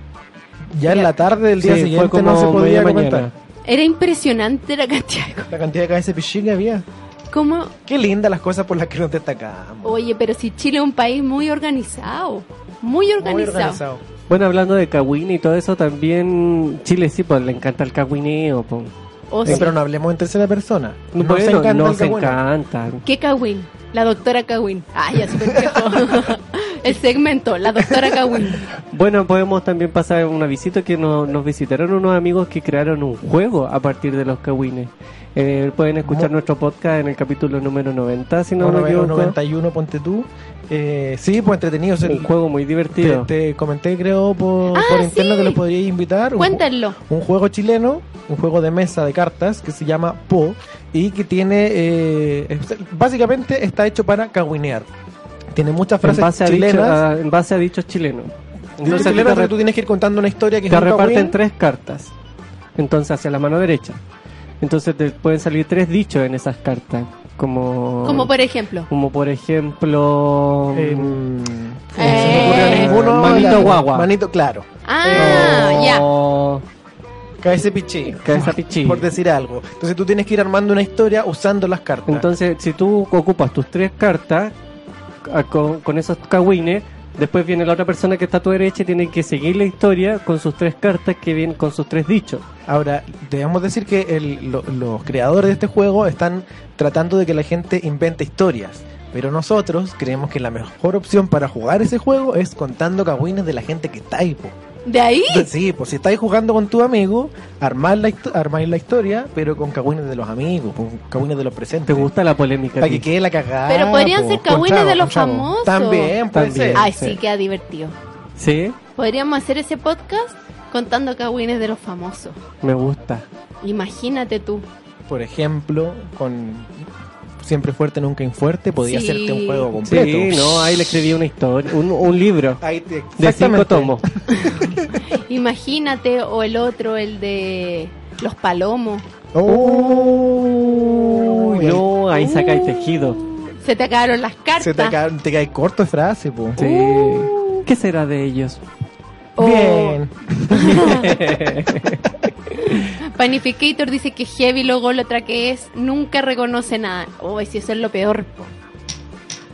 S1: Ya en la tarde del día
S3: Sí,
S1: siguiente no se podía
S3: media
S1: comentar.
S2: Era impresionante la cantidad de
S1: La cantidad de cabezas pichín que había.
S2: ¿Cómo?
S1: Qué lindas las cosas por las que nos destacamos.
S2: Oye, pero si Chile es un país muy organizado. Muy organizado.
S1: Muy organizado.
S3: Bueno, hablando de Kawini y todo eso, también Chile sí, pues le encanta el Kawineo. po.
S2: O
S1: Sí,
S2: sea,
S1: pero no hablemos en tercera persona.
S3: Bueno,
S1: Nos encanta
S3: no
S1: el
S3: se
S1: cagüeno.
S3: encantan.
S2: ¿Qué Cawin? La doctora Cawin. Ah, ya súper
S1: (laughs)
S2: viejo. El segmento, la doctora Cawin.
S3: Bueno, podemos también pasar una visita que no- nos visitaron unos amigos que crearon un juego a partir de los kawines. Eh, pueden escuchar
S1: Mu-
S3: nuestro podcast en el capítulo número 90, si no
S1: Bueno,
S3: me
S1: bueno,
S3: equivoco.
S1: 91, ponte tú. Eh, sí, pues entretenido. o sea,
S3: Un juego muy
S1: te,
S3: divertido.
S1: te comenté, creo, por,
S2: Ah,
S1: por interno
S2: sí.
S1: que lo podríais invitar. Un-
S2: Cuéntenlo.
S1: Un, juego chileno, un juego de mesa de cartas que se llama Po y que tiene. eh, es- básicamente está hecho para caguinear. Tiene muchas
S3: En
S1: frases
S3: base, a dicho-
S1: chilenas.
S3: a- en base a dichos chilenos.
S1: Dichos
S3: Entonces, a ti
S1: chilenas,
S3: te
S1: pero
S3: re-
S1: tú tienes que ir contando una historia que
S3: te
S1: es un
S3: reparten
S1: cagüín.
S3: tres cartas. Entonces, hacia la mano derecha. Entonces, te pueden salir tres dichos en esas cartas. Como,
S2: Como por ejemplo.
S3: como por ejemplo. mm,
S1: Em,
S2: Eh,
S1: no se me ocurrió
S2: eh,
S1: ninguno.
S3: manito
S1: Claro,
S3: guagua.
S1: Manito, claro.
S2: Ah,
S1: Oh.
S2: ya.
S3: o-
S1: Cabeza pichín.
S3: Cabeza pichín.
S1: Por decir algo. Entonces tú tienes que ir armando una historia usando las cartas.
S3: Entonces, si tú ocupas tus tres cartas a- con, con esos cagüines, después viene la otra persona que está a tu derecha y tiene que seguir la historia con sus tres cartas que vienen con sus tres dichos.
S1: Ahora, debemos decir que el- lo- los creadores de este juego están tratando de que la gente invente historias. Pero nosotros creemos que la mejor opción para jugar ese juego es contando cagüines de la gente que está ahí. po.
S2: ¿De ahí?
S1: Sí, pues si estáis jugando con tu amigo, armar la, histo- armáis la historia, pero con cagüines de los amigos, con cagüines de los presentes.
S3: ¿Te gusta la polémica?
S1: Para
S3: a ti?
S1: que quede la cagada.
S2: Pero podrían ser
S1: con
S2: cagüines
S1: chavo,
S2: de los
S1: con chavo.
S2: famosos.
S1: También, puede
S3: También.
S1: ser.
S2: Ay,
S3: sí.
S2: sí, queda divertido.
S3: Sí,
S2: Podríamos hacer ese podcast contando cagüines de los famosos.
S3: me gusta.
S2: Imagínate tú.
S1: Por ejemplo, con siempre fuerte, nunca infuerte, podía
S2: Sí.
S1: hacerte un juego completo.
S3: Sí, no, ahí le escribí una historia, un, un libro
S1: Ahí te-
S3: de
S1: exactamente.
S3: cinco tomos.
S2: Imagínate, o el otro, el de los palomos.
S1: Oh,
S3: Uy, no, ahí saca el
S2: Uh,
S3: tejido.
S2: Se te acabaron las cartas.
S1: Se te cae, te cae corto de frase, po.
S3: Sí. ¿Qué será de (laughs) ellos?
S2: O
S1: Bien.
S2: Panificator dice que heavy lo otra que es, nunca reconoce nada. Oh, si eso es lo peor. po.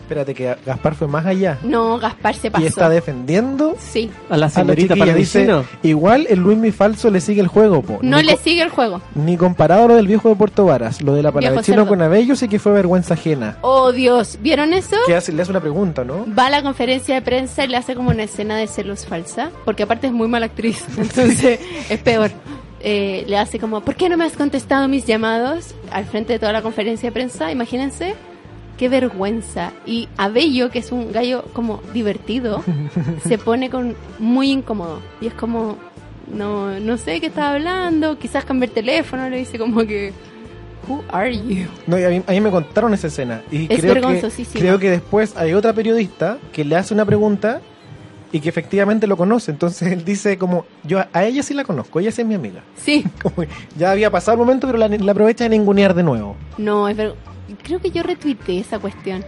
S1: Espérate que Gaspar fue más allá.
S2: No, Gaspar se pasó.
S1: Y está defendiendo
S2: Sí,
S3: A la
S1: a la
S3: señorita
S1: chiquilla,
S3: para
S1: Dice, igual el Luis Mi Falso le sigue el juego, po.
S2: no
S1: Ni
S2: le
S1: co-
S2: sigue el juego.
S1: Ni comparado a lo del viejo de Puerto Varas. Lo de la
S2: Viejo
S1: palavecino
S2: cerdo.
S1: con Abello sí que fue vergüenza ajena.
S2: Oh, Dios, ¿vieron eso?
S1: Que hace, le hace una pregunta, ¿no?
S2: Va a la conferencia de prensa y le hace como una escena de celos falsa, porque aparte es muy mala actriz, (laughs) entonces es peor. Eh, le hace como, ¿por qué no me has contestado mis llamados? Al frente de toda la conferencia de prensa, imagínense, qué vergüenza. Y Abello, que es un gallo como divertido, se pone con muy incómodo. Y es como, no, no sé qué está hablando, quizás cambiar teléfono, le dice como que, ¿Who are you?
S1: No, y a, mí, a mí me contaron esa escena. Y
S2: Es
S1: creo que,
S2: vergonzosísima.
S1: creo que después hay otra periodista que le hace una pregunta y que efectivamente lo conoce. Entonces él dice como, yo a, a ella sí la conozco, ella sí es mi amiga. (laughs)
S2: Sí,
S1: Como que ya había pasado el momento, pero la, la aprovecha de ningunear de nuevo.
S2: no, es ver- Creo que yo retuiteé esa cuestión.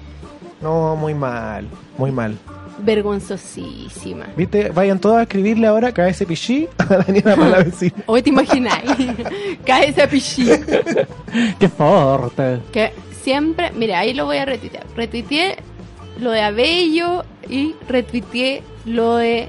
S1: No, muy mal, muy mal.
S2: vergonzosísima.
S1: ¿Viste? Vayan todos a escribirle ahora ese pichí (laughs) a Daniela Palavecino.
S2: Hoy te imagináis. (laughs) Cae esa pichí.
S3: ¡Qué fuerte!
S2: Que siempre. Mira, ahí lo voy a retuitear. Retuiteé lo de Abello y retuiteé lo de.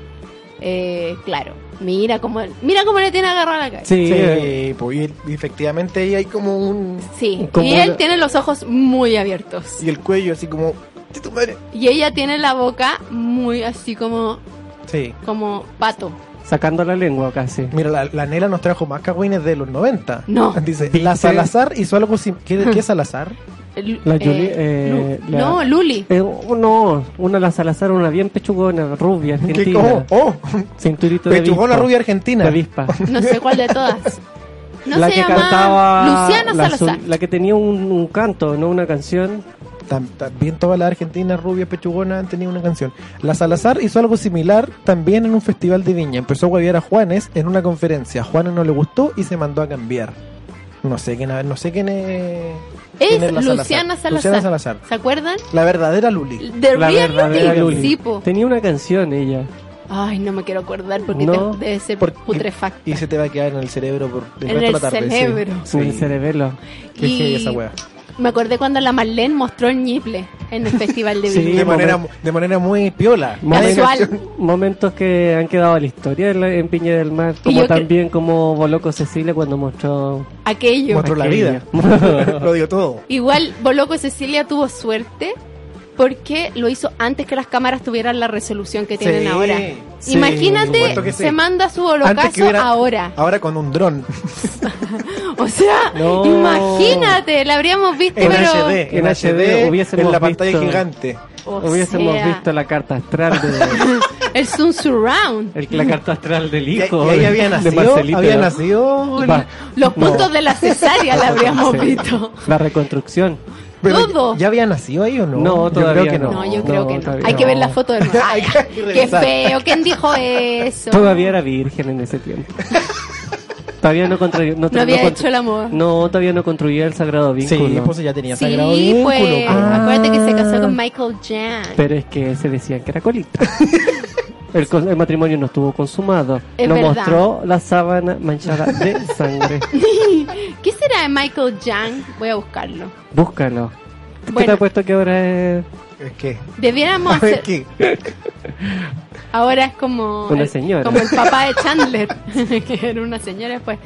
S2: eh, claro. Mira cómo, mira cómo le tiene agarrada la cara.
S3: Sí,
S1: Sí,
S3: eh,
S1: pues, y, y efectivamente ahí hay como un...
S2: Sí,
S3: Como
S2: y él
S3: la-
S2: tiene los ojos muy abiertos.
S1: Y el cuello así como... "Che, tu madre".
S2: Y ella tiene la boca muy así como,
S1: Sí.
S2: como pato.
S3: sacando la lengua casi.
S1: Mira, la, la Nela nos trajo más cagüines de los 90.
S2: No.
S1: (laughs) Dice,
S3: ¿Viste?
S1: la Salazar hizo algo sin... ¿Qué,
S2: (laughs)
S1: qué es Salazar?
S2: Lu-
S3: La
S2: eh,
S3: Yuli, eh,
S2: Lu-
S3: la-
S2: No, Luli.
S3: Eh, oh, no, una la Salazar, una bien pechugona, rubia,
S1: ¿Qué,
S3: argentina.
S1: oh, (laughs) oh,
S3: Cinturito de
S1: pechugona
S3: avispa,
S1: rubia
S3: de
S1: argentina.
S3: avispa.
S2: No sé cuál de
S3: (laughs)
S2: todas. No
S3: la
S2: se
S3: que
S2: llama
S3: cantaba
S2: Luciana
S3: la,
S2: Salazar.
S3: sol- la que tenía un, un canto, no una canción.
S1: Tam- También todas las argentinas rubias pechugonas han tenido una canción. La Salazar hizo algo similar también en un festival de viña. Empezó a huevear a Juanes en una conferencia. A Juanes no le gustó y se mandó a cambiar. No sé quién, no sé quién es. quién
S2: Es
S1: la
S2: Luciana Salazar.
S1: Luciana Salazar.
S2: ¿Se acuerdan?
S1: La verdadera Luli.
S2: The
S3: la
S2: Real
S3: verdadera
S2: Luli.
S3: Luli.
S2: Sí, po.
S3: Tenía una canción ella.
S2: Ay, no me quiero acordar porque
S3: No,
S2: te- debe ser
S1: por-
S2: putrefacto.
S1: Y se te va a quedar en el cerebro por el
S2: En
S1: resto de la
S2: el
S1: tarde. sí.
S2: cerebro.
S1: Sí.
S3: Sin cerebelo.
S1: Qué
S2: Y-
S1: heavy esa wea.
S2: Me acordé cuando la Marlene mostró el ñiple en el Festival de
S1: (laughs)
S3: Sí,
S2: Viña.
S1: De manera, de manera muy piola.
S3: Momentos,
S2: Casual.
S3: momentos que han quedado en la historia en, la- en Piña del Mar, como
S2: yo cre-
S3: también como Boloco Cecilia cuando mostró
S2: Aquello.
S1: Mostró la vida.
S3: aquella. (laughs)
S1: Lo digo todo.
S2: Igual Boloco Cecilia tuvo suerte porque lo hizo antes que las cámaras tuvieran la resolución que tienen
S1: Sí,
S2: ahora.
S1: sí, por
S2: Imagínate,
S1: supuesto que sí.
S2: se manda su
S1: Antes que
S2: holocaso
S1: hubiera-
S2: ahora.
S1: Ahora con
S2: (laughs)
S1: un dron.
S2: O sea,
S3: No.
S2: imagínate, la habríamos visto,
S1: En
S2: pero...
S1: HD. En
S3: En HD
S1: HD.
S3: hubiésemos
S1: En la pantalla
S3: visto-
S1: gigante.
S2: O
S3: Hubiésemos
S2: sea,
S3: visto la carta astral de,
S2: (laughs) Es un surround.
S3: el- la carta astral del
S1: Y,
S3: hijo
S1: y ahí
S3: de-
S1: había
S3: (laughs) de
S1: nacido,
S3: Marcelito.
S1: había nacido el-
S3: Va,
S2: (laughs) Los puntos de la cesárea la habríamos
S1: (laughs)
S3: sí.
S2: visto.
S3: La reconstrucción.
S1: pero
S2: todo.
S1: ¿Ya ya había nacido ahí o no?
S3: No,
S1: Yo
S3: todavía
S1: creo que no.
S2: No, yo creo que no.
S3: todavía
S2: Hay que ver
S3: no.
S2: la foto de nuevo. Ay,
S1: (laughs) Hay que
S2: Qué
S1: revisar.
S2: feo, ¿quién dijo eso?
S3: Todavía era virgen en
S2: (laughs)
S3: ese tiempo. todavía no, construyó- no,
S2: No había
S3: constru-
S2: hecho el amor.
S3: No, todavía no construía el sagrado vínculo.
S1: Sí, pues ya tenía
S2: Sí,
S1: sagrado vínculo.
S2: pues.
S1: pues. Ah.
S2: Acuérdate que se casó con Michael Jan.
S3: Pero es que se decía que
S2: (laughs)
S3: era colita. El, con- el matrimonio no estuvo consumado.
S2: Es
S3: no
S2: verdad.
S3: mostró la sábana manchada de
S2: (laughs)
S3: sangre.
S2: ¿Qué será de Michael Jan? Voy a buscarlo.
S3: Búscalo. ¿Qué te
S2: Bueno.
S3: ha puesto que ahora es
S1: Es que...
S2: Debiéramos
S1: A ver,
S2: hacer...
S1: ¿qué?
S2: Ahora es como...
S3: Una
S2: el-
S3: señora.
S2: Como el papá
S1: (laughs)
S2: de Chandler, (laughs) que era una señora después.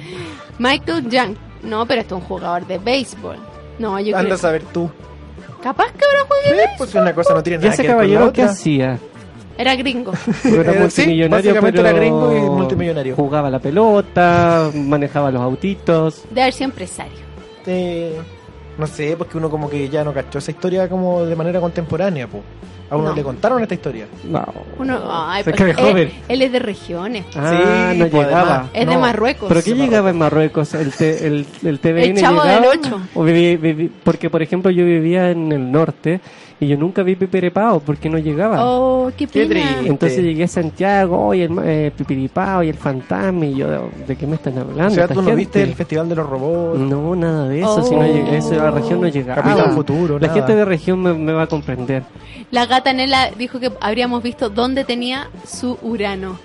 S2: Michael Jan. No, pero esto es un jugador de béisbol. No, yo
S1: Anda
S2: creo...
S1: a saber tú.
S2: Capaz que ahora juegue
S1: Eh, pues una cosa no tiene
S3: ¿Y
S1: nada que
S3: ese
S1: ver con la
S3: caballero qué
S1: otra. (laughs)
S3: hacía?
S2: Era gringo.
S3: Era
S1: Eh, sí,
S3: multimillonario,
S1: básicamente
S3: pero
S1: era gringo y multimillonario.
S3: Jugaba la pelota, manejaba los autitos.
S2: De haber sido empresario.
S1: Eh, No sé, porque uno como que ya no cachó esa historia como de manera contemporánea, pues. A uno
S2: No.
S1: le contaron esta historia.
S3: No.
S2: Uno, ay,
S3: Se
S2: pues,
S3: cree
S2: él,
S3: joven.
S2: él es de regiones.
S3: Ah, no
S1: pues,
S3: llegaba.
S1: además.
S2: Es de
S1: No.
S2: Marruecos.
S3: ¿Pero qué llegaba en Marruecos? ¿El, te- el, el TVN
S2: El Chavo del
S3: llegaba?
S2: Ocho.
S3: O viví- viví- porque, por ejemplo, yo vivía en el norte y yo nunca vi Piperepao porque no llegaba.
S2: Oh, qué
S1: Qué
S2: pena.
S1: triste.
S3: Entonces llegué a Santiago y el ma- eh, Pipiripao y el fantasma y yo, ¿de qué me están hablando?
S1: O sea,
S3: Ah, esta
S1: tú no
S3: gente? Mm,
S1: viste el Festival de los Robots.
S3: No, nada de eso. Si no
S2: Oh.
S3: llegué, eso, la región no llegaba.
S1: Capital Futuro,
S3: La
S1: nada.
S3: gente de región me, me va a comprender.
S2: La gata Nela dijo que habríamos visto dónde tenía su Urano.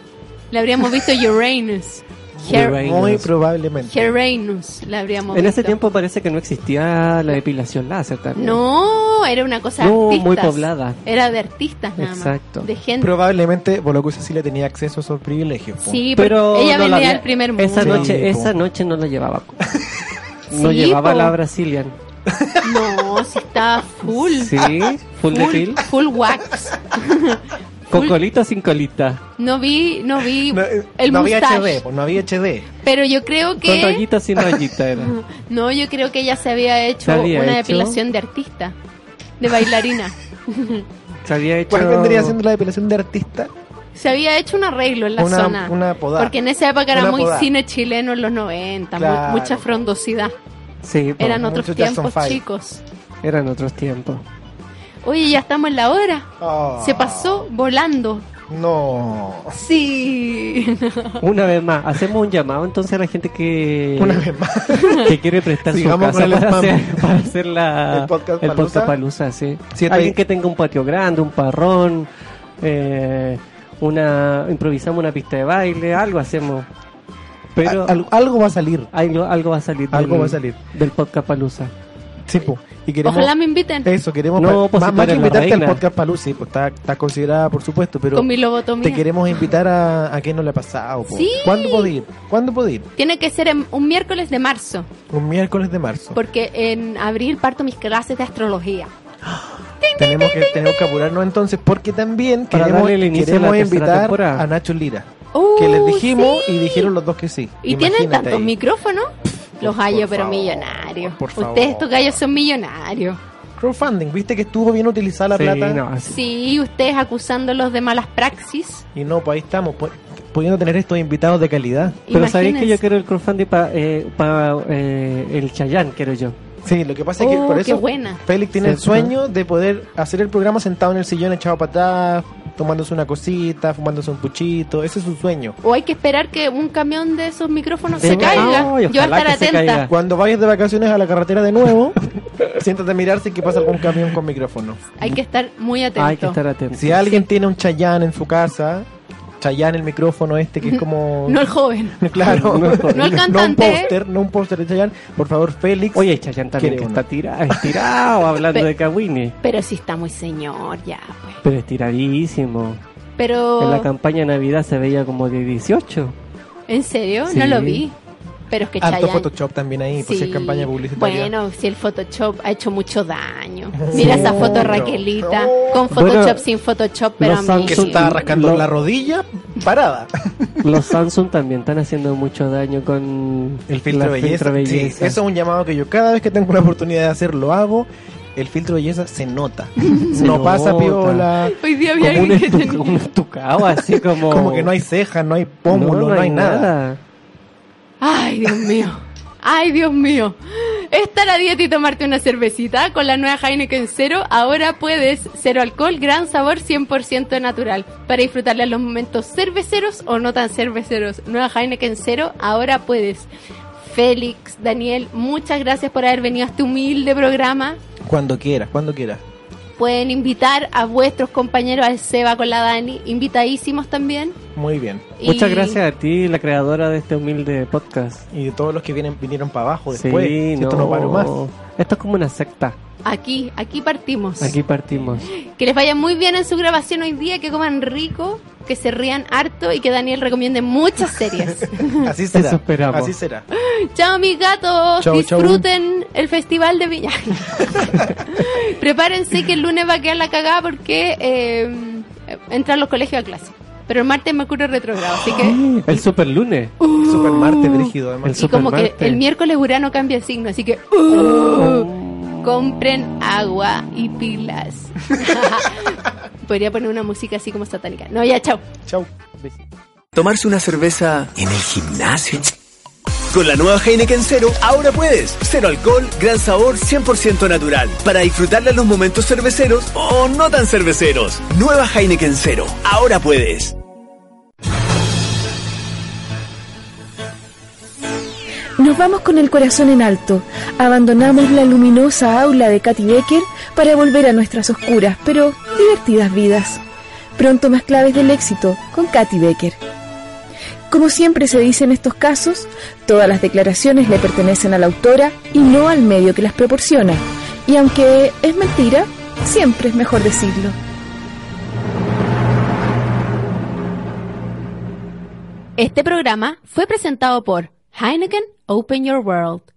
S2: Le habríamos visto Uranus. Her-
S3: Uranus.
S1: Muy probablemente.
S2: Uranus. La habríamos
S3: En
S2: visto.
S3: ese tiempo parece que no existía la depilación láser también.
S2: No, era una cosa de
S3: No,
S2: artistas.
S3: muy poblada.
S2: Era de artistas nada
S3: Exacto.
S2: más. De gente.
S1: Probablemente Bolocusa sí le tenía acceso a esos privilegios. po.
S2: sí,
S3: pero
S2: pero ella
S3: no
S2: vendía
S3: la había-
S2: al primer mundo.
S3: Esa
S1: Sí,
S3: noche,
S1: po.
S3: esa noche no
S2: (laughs)
S3: la llevaba. No
S2: Sí,
S3: llevaba
S2: po.
S3: la Brazilian.
S2: No, si estaba (laughs) full.
S3: Sí, full de
S2: Full,
S3: piel.
S2: full wax.
S3: Con
S2: full.
S3: colita o sin colita.
S2: No vi, no vi
S1: (laughs) No, eh,
S2: el
S1: no había
S2: mustache.
S1: HD, pues no había HD.
S2: Pero yo creo
S3: Con
S2: que
S3: rayita o sin rayita
S2: (laughs)
S3: era.
S2: no, yo creo que ella se había
S3: Se
S2: hecho
S3: había
S2: una
S3: hecho.
S2: depilación de artista, de
S1: (laughs)
S2: bailarina.
S3: Se había hecho...
S1: ¿Cuál vendría siendo la depilación de artista?
S2: se había hecho un arreglo en la
S1: Una-
S2: zona.
S1: una podada.
S2: Porque en esa época era
S1: Una
S2: muy
S1: podada.
S2: cine chileno en los 90, mu-
S1: Claro.
S2: mucha frondosidad.
S3: Sí, po,
S2: Eran otros
S1: mucho Jackson
S2: tiempos,
S1: Five.
S2: chicos.
S3: eran otros tiempos.
S2: Oye, ya estamos en la hora.
S1: Ah,
S2: Se pasó volando.
S1: No.
S2: Sí.
S3: Una vez más, hacemos un llamado entonces a la gente que...
S1: Una vez más.
S3: (laughs) que quiere prestar su
S1: Sigamos
S3: casa
S1: con el
S3: para
S1: spam.
S3: hacer, para hacer la,
S1: (laughs) El podcast palusa.
S3: palusa, sí.
S1: Sí, está
S3: Alguien
S1: ahí.
S3: que tenga un patio grande, un parrón, eh, una improvisamos una pista de baile, algo hacemos. Pero
S1: Al- algo va a salir.
S3: algo, algo va a salir.
S1: Algo va a salir.
S3: Del podcast palusa.
S1: Sí, po. Y queremos.
S2: Ojalá me inviten
S1: Eso, queremos.
S3: No,
S1: pa-
S3: pues,
S1: más,
S3: si tú
S1: más que
S3: eres la
S1: invitarte al
S3: reina.
S1: podcast Palusi, pues está, está considerada, por supuesto, pero.
S2: con mi lobotomía.
S1: Te queremos invitar a, a que no le ha pasado. po.
S2: Sí.
S1: ¿Cuándo podí ir? ¿Cuándo podí ir?
S2: Tiene que ser en- un miércoles de marzo,
S1: Un miércoles de marzo.
S2: porque en abril parto mis clases de astrología.
S1: Tenemos que, tenemos que apurarnos entonces, porque también
S3: Para
S1: queremos,
S3: darle el inicio a la
S1: queremos
S3: tercera
S1: invitar
S3: temporada.
S1: a Nacho Lira.
S2: Uh,
S1: que les dijimos
S2: sí.
S1: y dijeron los dos que sí.
S2: Y tienen
S1: Imagínate
S2: tantos
S1: ahí.
S2: micrófonos. Los
S1: por
S2: gallos, pero
S1: favor,
S2: millonarios.
S1: por favor.
S2: Ustedes, estos gallos, son millonarios.
S1: Crowdfunding, viste que estuvo bien utilizada la
S3: Sí,
S1: plata.
S3: no, así-
S2: Sí, ustedes acusándolos de malas praxis.
S1: Y no, pues ahí estamos, pu- pudiendo tener estos invitados de calidad.
S3: Pero sabéis que yo
S2: Imagínense.
S3: quiero el crowdfunding para eh, el Chayán, quiero yo.
S1: Sí, lo que pasa es que
S2: Oh,
S1: por
S2: qué
S1: eso
S2: buena.
S1: Félix tiene el
S3: Sí,
S1: sueño de poder hacer el programa sentado en el sillón echado para atrás, tomándose una cosita, fumándose un puchito. Ese es su sueño.
S2: O hay que esperar que un camión de esos micrófonos se
S3: Sí,
S2: caiga.
S3: no, y
S2: yo voy a
S3: ojalá
S2: estar
S3: que se caiga.
S2: atenta.
S1: Cuando vayas de vacaciones a la carretera de nuevo, siéntate a mirar si es que pasa algún camión con micrófono.
S2: Hay que estar muy atento.
S3: Hay que estar atento.
S1: Si alguien tiene un Chayán en su casa, Chayán el micrófono este que es como...
S2: (laughs) No el joven.
S1: (laughs) Claro,
S3: No, no,
S2: (laughs) no el
S1: un
S2: cantante.
S1: póster, no un póster de Chayanne. Por favor, Félix.
S3: Oye, Chayán también
S1: Quiere
S3: que
S1: uno.
S3: está tira- estirado hablando
S2: Pe-
S3: de Kawini.
S2: Pero sí está muy señor ya, pues.
S3: Pero estiradísimo. En la
S2: Pero,
S3: campaña de Navidad se veía como de
S1: (laughs)
S3: 18.
S2: ¿en serio?
S3: Sí.
S2: No lo vi. Pero es que
S1: harto
S2: Chayanne-
S1: Photoshop también ahí, por pues, si es
S2: Sí.
S1: campaña publicitaria.
S2: Bueno, si el Photoshop ha hecho mucho daño.
S1: (laughs) Sí.
S2: Mira esa foto de
S1: No,
S2: Raquelita,
S1: no.
S2: con Photoshop,
S3: Bueno,
S2: sin Photoshop, pero
S3: los Samsung-
S1: que se
S3: Sí.
S1: estaba rascando
S3: Lo-
S1: la rodilla parada.
S3: Los Samsung también están haciendo mucho daño con
S1: El filtro
S3: la
S1: de belleza.
S3: filtro belleza.
S1: Sí, eso es un llamado que yo cada vez que tengo la oportunidad de hacer lo hago. El filtro de belleza se nota.
S3: (laughs) Se
S1: no pasa
S3: nota.
S1: piola.
S2: Hoy día había
S3: como un,
S2: alguien que
S3: estu-
S2: tenía-
S3: un estucado,
S1: (laughs)
S3: así como...
S1: Como que no hay cejas, no hay
S3: No,
S1: pómulo, no, hay, nada.
S2: Ay, Dios mío. Ay, Dios mío. Estar a dieta y tomarte una cervecita con la nueva Heineken Cero. Ahora puedes. Cero alcohol, gran sabor, 100% natural. Para disfrutarle a los momentos cerveceros o no tan cerveceros. Nueva Heineken Cero. Ahora puedes. Félix, Daniel, muchas gracias por haber venido a este humilde programa.
S1: Cuando quieras, cuando quieras.
S2: Pueden invitar a vuestros compañeros al Seba con la Dani. Invitadísimos también.
S1: Muy bien.
S2: Y-
S3: Muchas gracias a ti, la creadora de este humilde podcast.
S1: Y de todos los que vienen vinieron para abajo
S3: Sí,
S1: después. Pues, si Esto no paró más.
S3: Esto es como una secta.
S2: Aquí, aquí partimos.
S3: Aquí partimos.
S2: Que les vaya muy bien en su grabación hoy día, que coman rico, que se rían harto y que Daniel recomiende muchas
S3: (laughs)
S2: series.
S1: (laughs) Así será.
S3: Eso esperamos.
S1: Así será.
S2: chao mis gatos,
S1: Chao, chao.
S2: disfruten el festival de
S3: (laughs)
S2: Villa. Prepárense que el lunes va a quedar la cagada porque eh, entran los colegios a clase. Pero el martes Mercurio retrogrado, así
S3: (gasps)
S2: que...
S3: El super lunes.
S1: Super Marte, Brígido, además.
S3: El
S2: Y como que
S3: Supermartes.
S2: el miércoles Urano cambia el signo, así que... uh, compren agua y pilas. Podría poner una música así como satánica. No, ya, chao.
S1: Chau. Besitos.
S4: Tomarse una cerveza en el gimnasio. Con la nueva Heineken Cero, ahora puedes. Cero alcohol, gran sabor, 100% natural. Para disfrutar de los momentos cerveceros o no tan cerveceros. Nueva Heineken Cero, ahora puedes.
S5: Nos vamos con el corazón en alto. Abandonamos la luminosa aula de Katy Becker para volver a nuestras oscuras, pero divertidas vidas. Pronto más claves del éxito con Katy Becker. Como siempre se dice en estos casos, todas las declaraciones le pertenecen a la autora y no al medio que las proporciona. Y aunque es mentira, siempre es mejor decirlo.
S2: Este programa fue presentado por Heineken Open Your World.